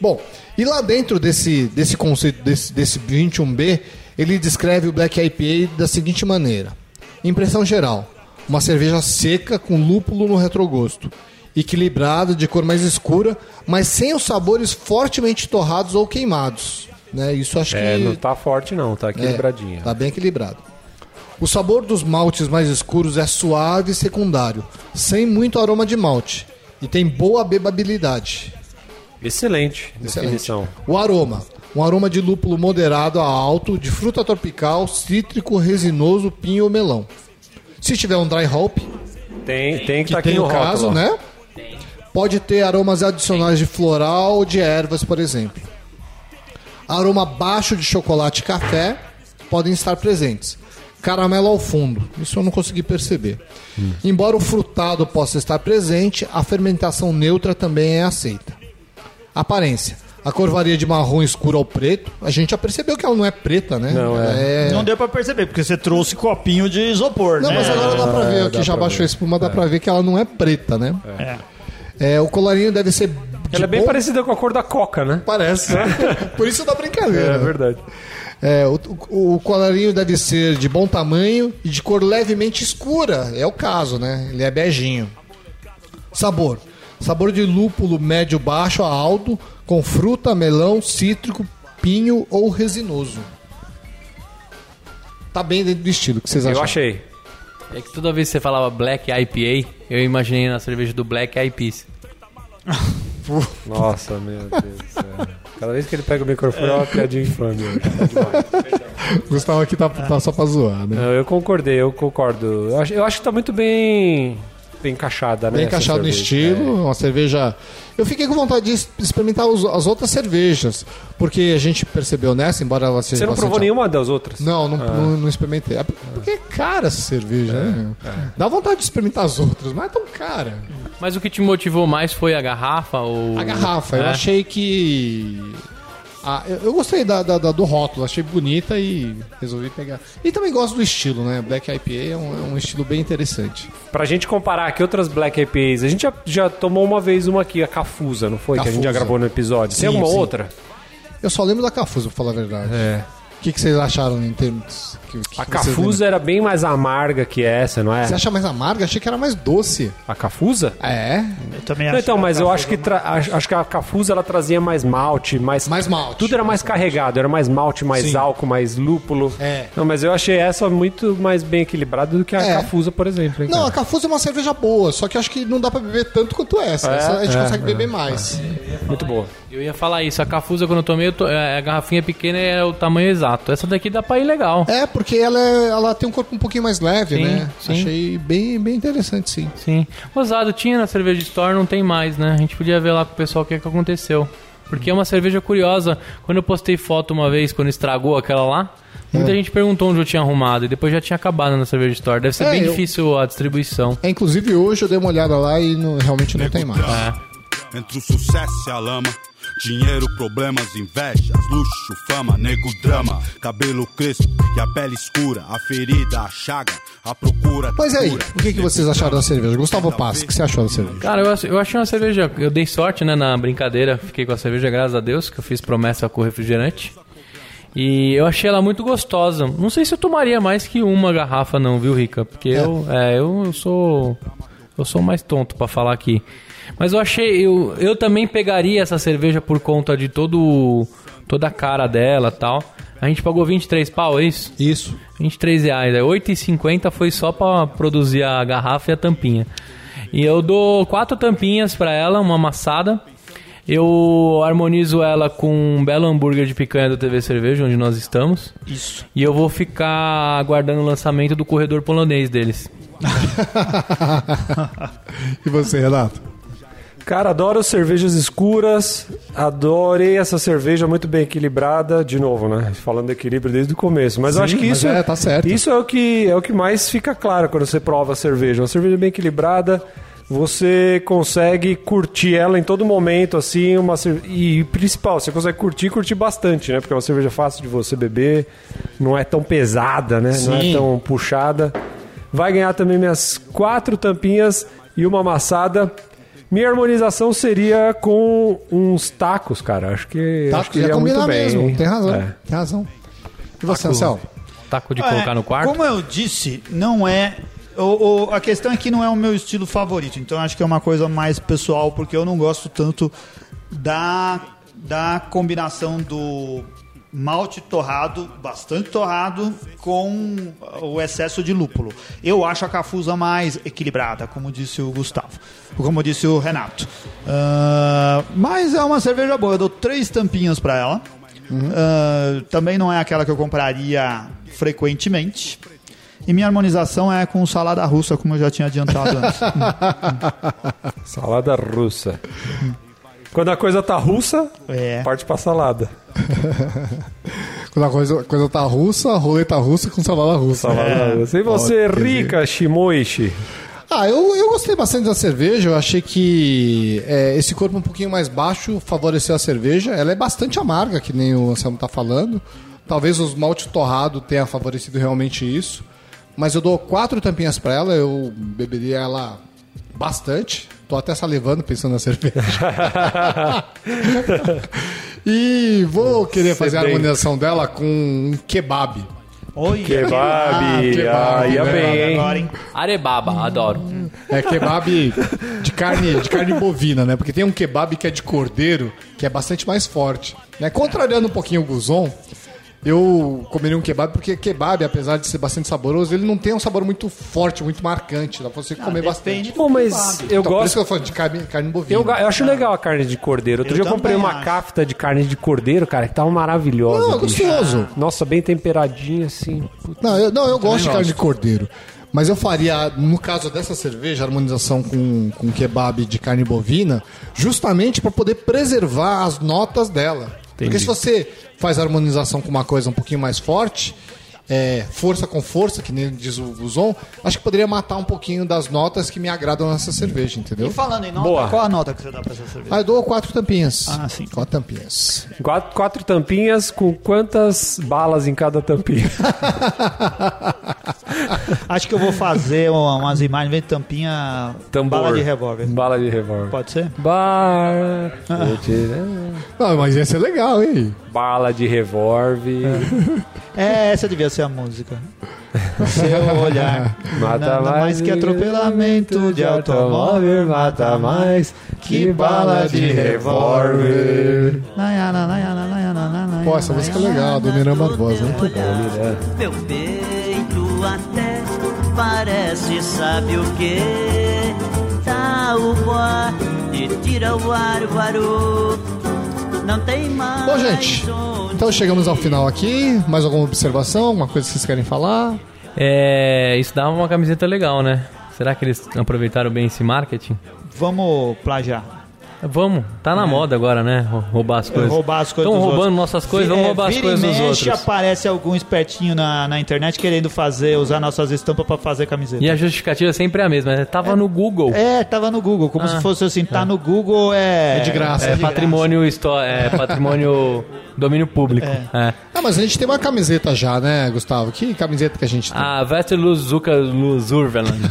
Speaker 1: Bom, e lá dentro desse, desse conceito, desse, desse 21B, ele descreve o Black IPA da seguinte maneira: impressão geral, uma cerveja seca com lúpulo no retrogosto, equilibrada, de cor mais escura, mas sem os sabores fortemente torrados ou queimados. Né? Isso acho
Speaker 4: É,
Speaker 1: que
Speaker 4: não tá forte não, tá
Speaker 1: é,
Speaker 4: equilibradinha.
Speaker 1: tá bem equilibrado. O sabor dos maltes mais escuros é suave e secundário, sem muito aroma de malte e tem boa bebabilidade.
Speaker 4: Excelente, definição.
Speaker 1: O aroma, um aroma de lúpulo moderado a alto, de fruta tropical, cítrico, resinoso, pinho ou melão. Se tiver um dry hop,
Speaker 4: Tem, tem que
Speaker 1: que
Speaker 4: tá aqui
Speaker 1: tem
Speaker 4: no
Speaker 1: no
Speaker 4: rótulo.
Speaker 1: caso,
Speaker 4: ó.
Speaker 1: né? Pode ter aromas adicionais de floral ou de ervas, por exemplo. Aroma baixo de chocolate e café podem estar presentes. Caramelo ao fundo, isso eu não consegui perceber. Embora o frutado possa estar presente, a fermentação neutra também é aceita. Aparência. A cor varia de marrom escuro ao preto. A gente já percebeu que ela não é preta, né?
Speaker 4: Não, é.
Speaker 1: Ela é...
Speaker 2: Não deu pra perceber, porque você trouxe copinho de isopor,
Speaker 1: Não,
Speaker 2: né?
Speaker 1: mas agora É, dá pra ver aqui, já
Speaker 4: pra
Speaker 1: baixou a espuma, dá pra ver que ela não é preta, né?
Speaker 2: É.
Speaker 1: É, o colarinho deve ser. de
Speaker 4: Ela é bem
Speaker 1: bom-
Speaker 4: parecida com a cor da coca, né?
Speaker 1: Parece.
Speaker 4: [laughs]
Speaker 1: Por isso dá
Speaker 4: É
Speaker 1: brincadeira.
Speaker 4: verdade.
Speaker 1: É, o, o- o colarinho deve ser de bom tamanho e de cor levemente escura. É o caso, né? Ele é beijinho. Sabor. Sabor de lúpulo médio baixo a alto, com fruta, melão, cítrico, pinho ou resinoso. Tá bem dentro do estilo, o que vocês acham?
Speaker 4: Eu achei.
Speaker 3: É que toda vez que você falava Black IPA, eu imaginei na cerveja do Black IPs.
Speaker 4: Nossa, meu Deus do céu. Cada vez que ele pega o microfone, é uma piadinha infame. hoje.
Speaker 1: Gustavo aqui tá, tá só pra zoar, né?
Speaker 4: Não, Eu concordei, eu concordo. Eu acho, eu acho que tá muito bem, bem encaixada, né?
Speaker 1: Bem
Speaker 4: essa
Speaker 1: encaixado no
Speaker 4: cerveja. É.
Speaker 1: estilo, uma cerveja. Eu fiquei com vontade de es- experimentar os- as outras cervejas, porque a gente percebeu nessa, embora ela seja
Speaker 4: Você não
Speaker 1: bastante
Speaker 4: provou nenhuma Ah. das outras?
Speaker 1: Não, não, não, não experimentei. É porque é cara essa cerveja, né? meu? Dá vontade de experimentar as outras, mas é tão cara.
Speaker 3: Mas o que te motivou mais foi a garrafa ou...
Speaker 1: A garrafa, eu
Speaker 3: É.
Speaker 1: achei que. Ah, eu, eu gostei da, da- da- do rótulo, achei bonita e resolvi pegar. E também gosto do estilo, né? Black IPA é um, é um estilo bem interessante.
Speaker 4: Pra gente comparar aqui outras Black IPAs, a gente já, já tomou uma vez uma aqui, a Cafusa, não foi? Que a gente já
Speaker 1: Cafusa.
Speaker 4: gravou no episódio.
Speaker 1: Sim,
Speaker 4: Tem alguma
Speaker 1: sim.
Speaker 4: outra?
Speaker 1: Eu só lembro da Cafusa, pra falar a verdade.
Speaker 4: É.
Speaker 1: O que, que vocês acharam em termos. Que, que
Speaker 4: A
Speaker 1: vocês lembram?
Speaker 4: Cafusa era bem mais amarga que essa, não é?
Speaker 1: Você acha mais amarga? Achei que era mais doce.
Speaker 4: A Cafusa?
Speaker 1: É.
Speaker 2: Eu também
Speaker 4: Não,
Speaker 2: acho
Speaker 4: então,
Speaker 2: que
Speaker 4: mas
Speaker 2: a
Speaker 4: eu
Speaker 2: garrafa
Speaker 4: acho que, tra- acho acho que a Cafusa ela trazia mais malte, mais...
Speaker 1: Mais malte.
Speaker 4: Tudo era mais carregado, era mais malte, mais
Speaker 1: Sim.
Speaker 4: álcool, mais lúpulo.
Speaker 1: É.
Speaker 4: Não, mas eu achei essa muito mais bem equilibrada do que a
Speaker 1: É.
Speaker 4: Cafusa, por exemplo. hein,
Speaker 1: Não, a
Speaker 4: cara?
Speaker 1: Cafusa é uma cerveja boa, só que eu acho que não dá pra beber tanto quanto essa.
Speaker 4: É,
Speaker 1: essa a gente
Speaker 4: é,
Speaker 1: consegue beber mais.
Speaker 4: Muito boa.
Speaker 3: Eu ia falar isso, a Cafusa quando eu tomei, eu to- é, a garrafinha pequena é o tamanho exato. Essa daqui dá pra ir legal.
Speaker 1: É, porque ela, é- ela tem um corpo um pouquinho mais leve,
Speaker 3: Sim,
Speaker 1: né?
Speaker 3: sim.
Speaker 1: Achei bem, bem interessante, sim.
Speaker 3: Sim. Rosado tinha na cerveja store, não tem mais, né? A gente podia ver lá com o pessoal o que, é que aconteceu. Porque é uma cerveja curiosa. Quando eu postei foto uma vez, quando estragou aquela lá,
Speaker 1: É.
Speaker 3: muita gente perguntou onde eu tinha arrumado. E depois já tinha acabado na cerveja store. Deve ser
Speaker 1: É,
Speaker 3: bem
Speaker 1: eu-
Speaker 3: difícil a distribuição.
Speaker 1: É, inclusive hoje eu dei uma olhada lá e não- realmente não tem mais.
Speaker 6: Entre o sucesso e a lama, dinheiro, problemas, invejas, luxo, fama, nego, drama, cabelo crespo e a pele escura, a ferida, a chaga, a procura.
Speaker 1: Mas e aí, é, o que, que vocês acharam da cerveja? Gustavo Passi, o que você achou da cerveja?
Speaker 3: Cara, eu, ach- eu achei uma cerveja. Eu dei sorte, né, na brincadeira. Fiquei com a cerveja, graças a Deus, que eu fiz promessa com o refrigerante. E eu achei ela muito gostosa. Não sei se eu tomaria mais que uma garrafa, não, viu, Rica? Porque eu, é, eu, eu sou. Eu sou mais tonto pra falar aqui. Mas eu achei. Eu, eu também pegaria essa cerveja por conta de todo. o- toda a cara dela tal. A gente pagou 23 pau, é isso?
Speaker 1: Isso.
Speaker 3: 23 reais, é 8,50 foi só pra produzir a garrafa e a tampinha. E eu dou quatro tampinhas pra ela, uma amassada. Eu harmonizo ela com um belo hambúrguer de picanha do TV Cerveja, onde nós estamos.
Speaker 2: Isso.
Speaker 3: E eu vou ficar aguardando o lançamento do corredor polonês deles.
Speaker 1: E você, Renato?
Speaker 4: Cara, adoro cervejas escuras. Adorei essa cerveja muito bem equilibrada. De novo, né? Falando de equilíbrio desde o começo. Mas eu
Speaker 1: Sim,
Speaker 4: acho que
Speaker 1: mas
Speaker 4: isso
Speaker 1: é, tá certo.
Speaker 4: Isso é o, que, é o que mais fica claro quando você prova a cerveja. Uma cerveja bem equilibrada. Você consegue curtir ela em todo momento, assim, uma cer- e principal, você consegue curtir e curtir bastante, né? Porque é uma cerveja fácil de você beber, não é tão pesada, né? Não é
Speaker 2: Sim.
Speaker 4: tão puxada. Vai ganhar também minhas quatro tampinhas e uma amassada. Minha harmonização seria com uns tacos, cara. Acho que
Speaker 1: Tá,
Speaker 4: acho que
Speaker 1: ia
Speaker 4: iria muito
Speaker 1: combinar
Speaker 4: bem.
Speaker 1: mesmo. Tem razão.
Speaker 4: É.
Speaker 1: Tem razão. E você, Anselmo?
Speaker 3: Taco de
Speaker 2: É,
Speaker 3: colocar no quarto.
Speaker 2: Como eu disse, não é. o- o- a questão é que não é o meu estilo favorito. Então acho que é uma coisa mais pessoal, porque eu não gosto tanto da, da combinação do malte torrado, bastante torrado, com o excesso de lúpulo. Eu acho a cafusa mais equilibrada, como disse o Gustavo. Como disse o Renato. Ah, mas é uma cerveja boa. Eu dou três tampinhas pra ela. Ah, também não é aquela que eu compraria frequentemente. E minha harmonização é com salada russa, como eu já tinha adiantado [laughs] antes.
Speaker 4: Salada russa. Quando a coisa tá russa,
Speaker 2: É.
Speaker 4: parte pra salada.
Speaker 1: Quando a coisa, coisa tá russa, roleta russa com salada russa.
Speaker 2: É.
Speaker 4: Salada russa. E você, rica Shimoishi?
Speaker 1: Ah, eu, eu gostei bastante da cerveja. Eu achei que é, esse corpo um pouquinho mais baixo favoreceu a cerveja. Ela é bastante amarga, que nem o Anselmo tá falando. Talvez os malte torrado tenha favorecido realmente isso. Mas eu dou quatro tampinhas pra ela. Eu beberia ela bastante. Tô até salivando pensando na cerveja. [laughs] e vou querer fazer a
Speaker 4: bem.
Speaker 1: harmonização dela com um kebab.
Speaker 2: Olha,
Speaker 4: Kebab.
Speaker 1: kebab,
Speaker 4: Ah, ia
Speaker 1: né?
Speaker 4: bem, hein?
Speaker 2: Agora, hein? Hum.
Speaker 3: Arebaba, adoro.
Speaker 1: É kebab de carne, de carne bovina, né? Porque tem um kebab que é de cordeiro, que é bastante mais forte. Né? Contrariando um pouquinho o guzon, eu comeria um kebab porque kebab, apesar de ser bastante saboroso, ele não tem um sabor muito forte, muito marcante. Dá pra você comer bastante.
Speaker 2: Depende
Speaker 4: Bom, mas eu
Speaker 1: Então, por isso
Speaker 4: gosto.
Speaker 1: que eu falo de carne, carne bovina.
Speaker 4: Eu, ga- eu acho legal a carne de cordeiro. Outro
Speaker 2: Eu
Speaker 4: dia eu comprei
Speaker 2: também
Speaker 4: uma
Speaker 2: acho.
Speaker 4: cafta de carne de cordeiro, cara, que tava maravilhosa.
Speaker 1: Não, é
Speaker 4: bicho.
Speaker 1: gostoso.
Speaker 4: Nossa, bem temperadinha, assim. Puta.
Speaker 1: Não, eu, não, eu gosto de carne de cordeiro. Mas eu faria, no caso dessa cerveja, a harmonização com, com kebab de carne bovina, justamente para poder preservar as notas dela. Porque se você faz a harmonização com uma coisa um pouquinho mais forte, é, força com força, que nem diz o Guzon, acho que poderia matar um pouquinho das notas que me agradam nessa cerveja,
Speaker 2: E
Speaker 1: entendeu?
Speaker 2: falando em nota,
Speaker 4: Boa.
Speaker 2: qual a nota que você dá pra essa cerveja?
Speaker 1: Ah, eu dou quatro tampinhas.
Speaker 2: Ah, sim.
Speaker 1: Quatro tampinhas.
Speaker 4: Quatro, quatro tampinhas com quantas balas em cada tampinha?
Speaker 2: Ah, Acho que eu vou fazer uma- umas imagens, vem tampinha, [laughs] bala de revólver.
Speaker 4: Bala de revólver.
Speaker 2: Pode ser?
Speaker 4: Bar.
Speaker 1: Não, mas ia ser legal, hein?
Speaker 4: Bala de revólver.
Speaker 2: É, essa devia ser a [laughs] música. Seu olhar. [laughs]
Speaker 4: Mata
Speaker 2: Nada mais,
Speaker 4: mais
Speaker 2: que atropelamento de automóvel, mata mais que bala de revólver.
Speaker 1: Pô, essa música é legal, do Mirama Voz, né? muito bom.
Speaker 7: Meu peito até parece, sabe o que? Tá o pó e tira o árvore. Não tem mais.
Speaker 1: Bom, gente,
Speaker 7: onde
Speaker 1: então chegamos ao final aqui. Mais alguma observação, alguma coisa que vocês querem falar?
Speaker 3: É, isso dava uma camiseta legal, né? Será que eles aproveitaram bem esse marketing?
Speaker 2: Vamos plagiar.
Speaker 3: Vamos, tá na moda agora, né? Rou- Roubar as coisas.
Speaker 2: É. Roubar as coisas dos
Speaker 3: Estão
Speaker 2: outros.
Speaker 3: roubando nossas coisas,
Speaker 2: Vi-
Speaker 3: vamos
Speaker 2: é,
Speaker 3: roubar as
Speaker 2: vira e
Speaker 3: coisas dos
Speaker 2: mexe,
Speaker 3: outros.
Speaker 2: aparece algum espertinho na, na internet querendo fazer, usar nossas estampas pra fazer camiseta.
Speaker 3: E a justificativa sempre é a mesma, né? Tava no Google. É,
Speaker 2: É, tava no Google, como se fosse assim, tá no Google é...
Speaker 1: É de graça.
Speaker 2: de
Speaker 3: Ah. patrimônio histó
Speaker 2: [laughs]
Speaker 3: é patrimônio domínio público. É.
Speaker 1: Ah, mas a gente tem uma camiseta já, né, Gustavo? Que camiseta que a gente
Speaker 2: Ah.
Speaker 1: tem?
Speaker 3: A Vester Luzuka Luzurveland.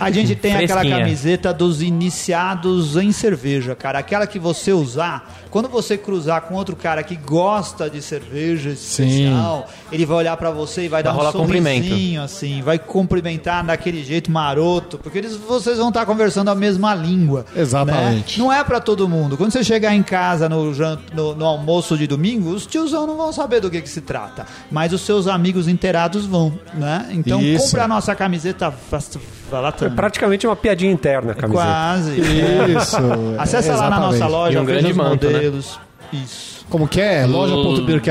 Speaker 2: A gente tem aquela
Speaker 3: Fresquinha.
Speaker 2: camiseta dos iniciados em cerveja, cara. Aquela que você usar, quando você cruzar com outro cara que gosta de cerveja especial, ele vai olhar pra você e vai dar
Speaker 3: rolar
Speaker 2: um
Speaker 3: cumprimento.
Speaker 2: sorrisinho, assim, vai cumprimentar daquele jeito maroto, porque eles, vocês vão estar conversando a mesma língua.
Speaker 1: Exatamente.
Speaker 2: né? Não é pra todo mundo. Quando você chegar em casa no, jan- no- no almoço de domingo, os tiozão não vão saber do que, que se trata, mas os seus amigos inteirados vão, né? Então,
Speaker 1: Isso.
Speaker 2: compra a nossa camiseta, fa- fa- lá tá
Speaker 4: Foi praticamente uma piadinha interna a camiseta.
Speaker 2: Quase.
Speaker 1: Isso.
Speaker 2: Acessa
Speaker 1: É,
Speaker 2: lá na
Speaker 1: exatamente.
Speaker 2: nossa loja,
Speaker 3: E um
Speaker 2: veja
Speaker 3: grande
Speaker 2: os
Speaker 3: manto, né?
Speaker 2: modelos. Isso.
Speaker 1: Como que é?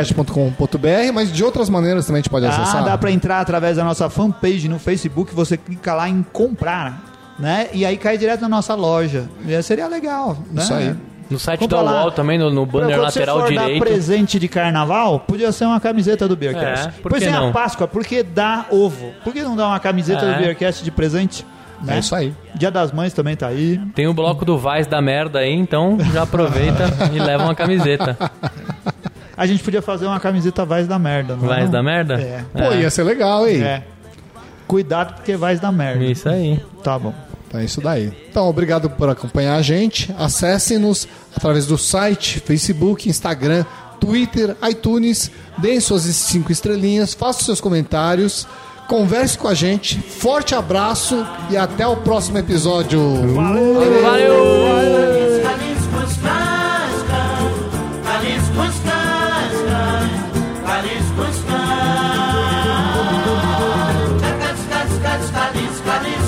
Speaker 1: loja.beercast.com.br, mas de outras maneiras também a gente pode
Speaker 2: Ah,
Speaker 1: acessar.
Speaker 2: dá pra entrar através da nossa fanpage no Facebook, você clica lá em comprar, né? E aí cai direto na nossa loja. E seria legal, né?
Speaker 1: Isso aí.
Speaker 3: No site
Speaker 2: Compra
Speaker 3: da
Speaker 2: lá.
Speaker 3: UOL também, no, no banner
Speaker 2: Quando você
Speaker 3: lateral
Speaker 2: for dar
Speaker 3: direito.
Speaker 2: presente de carnaval, podia ser uma camiseta do Beercast.
Speaker 3: É, por
Speaker 2: pois
Speaker 3: que
Speaker 2: é a
Speaker 3: não?
Speaker 2: Páscoa, porque dá ovo. Por que não dá uma camiseta
Speaker 3: É.
Speaker 2: do Beercast de presente? né?
Speaker 1: É isso aí.
Speaker 2: Dia das Mães também tá aí.
Speaker 3: Tem o bloco do Vaz da merda aí, então já aproveita e leva uma
Speaker 2: [laughs]
Speaker 3: camiseta.
Speaker 2: A gente podia fazer uma camiseta Vaz da Merda, não é
Speaker 3: Vaz
Speaker 2: não?
Speaker 3: da merda?
Speaker 2: É.
Speaker 1: Pô, ia ser legal, hein?
Speaker 2: É. Cuidado porque Vaz da Merda.
Speaker 3: É Isso aí.
Speaker 2: Tá bom.
Speaker 1: Então é isso daí. Então, obrigado por acompanhar a gente. Acessem-nos através do site, Facebook, Instagram, Twitter, iTunes. Deem suas cinco estrelinhas, façam seus comentários. Converse com a gente. Forte abraço e até o próximo episódio.
Speaker 7: Jalisco es casca, Jalisco es casca, Jalisco es casca. Cas, cas, cas, Jalisco, Jalisco.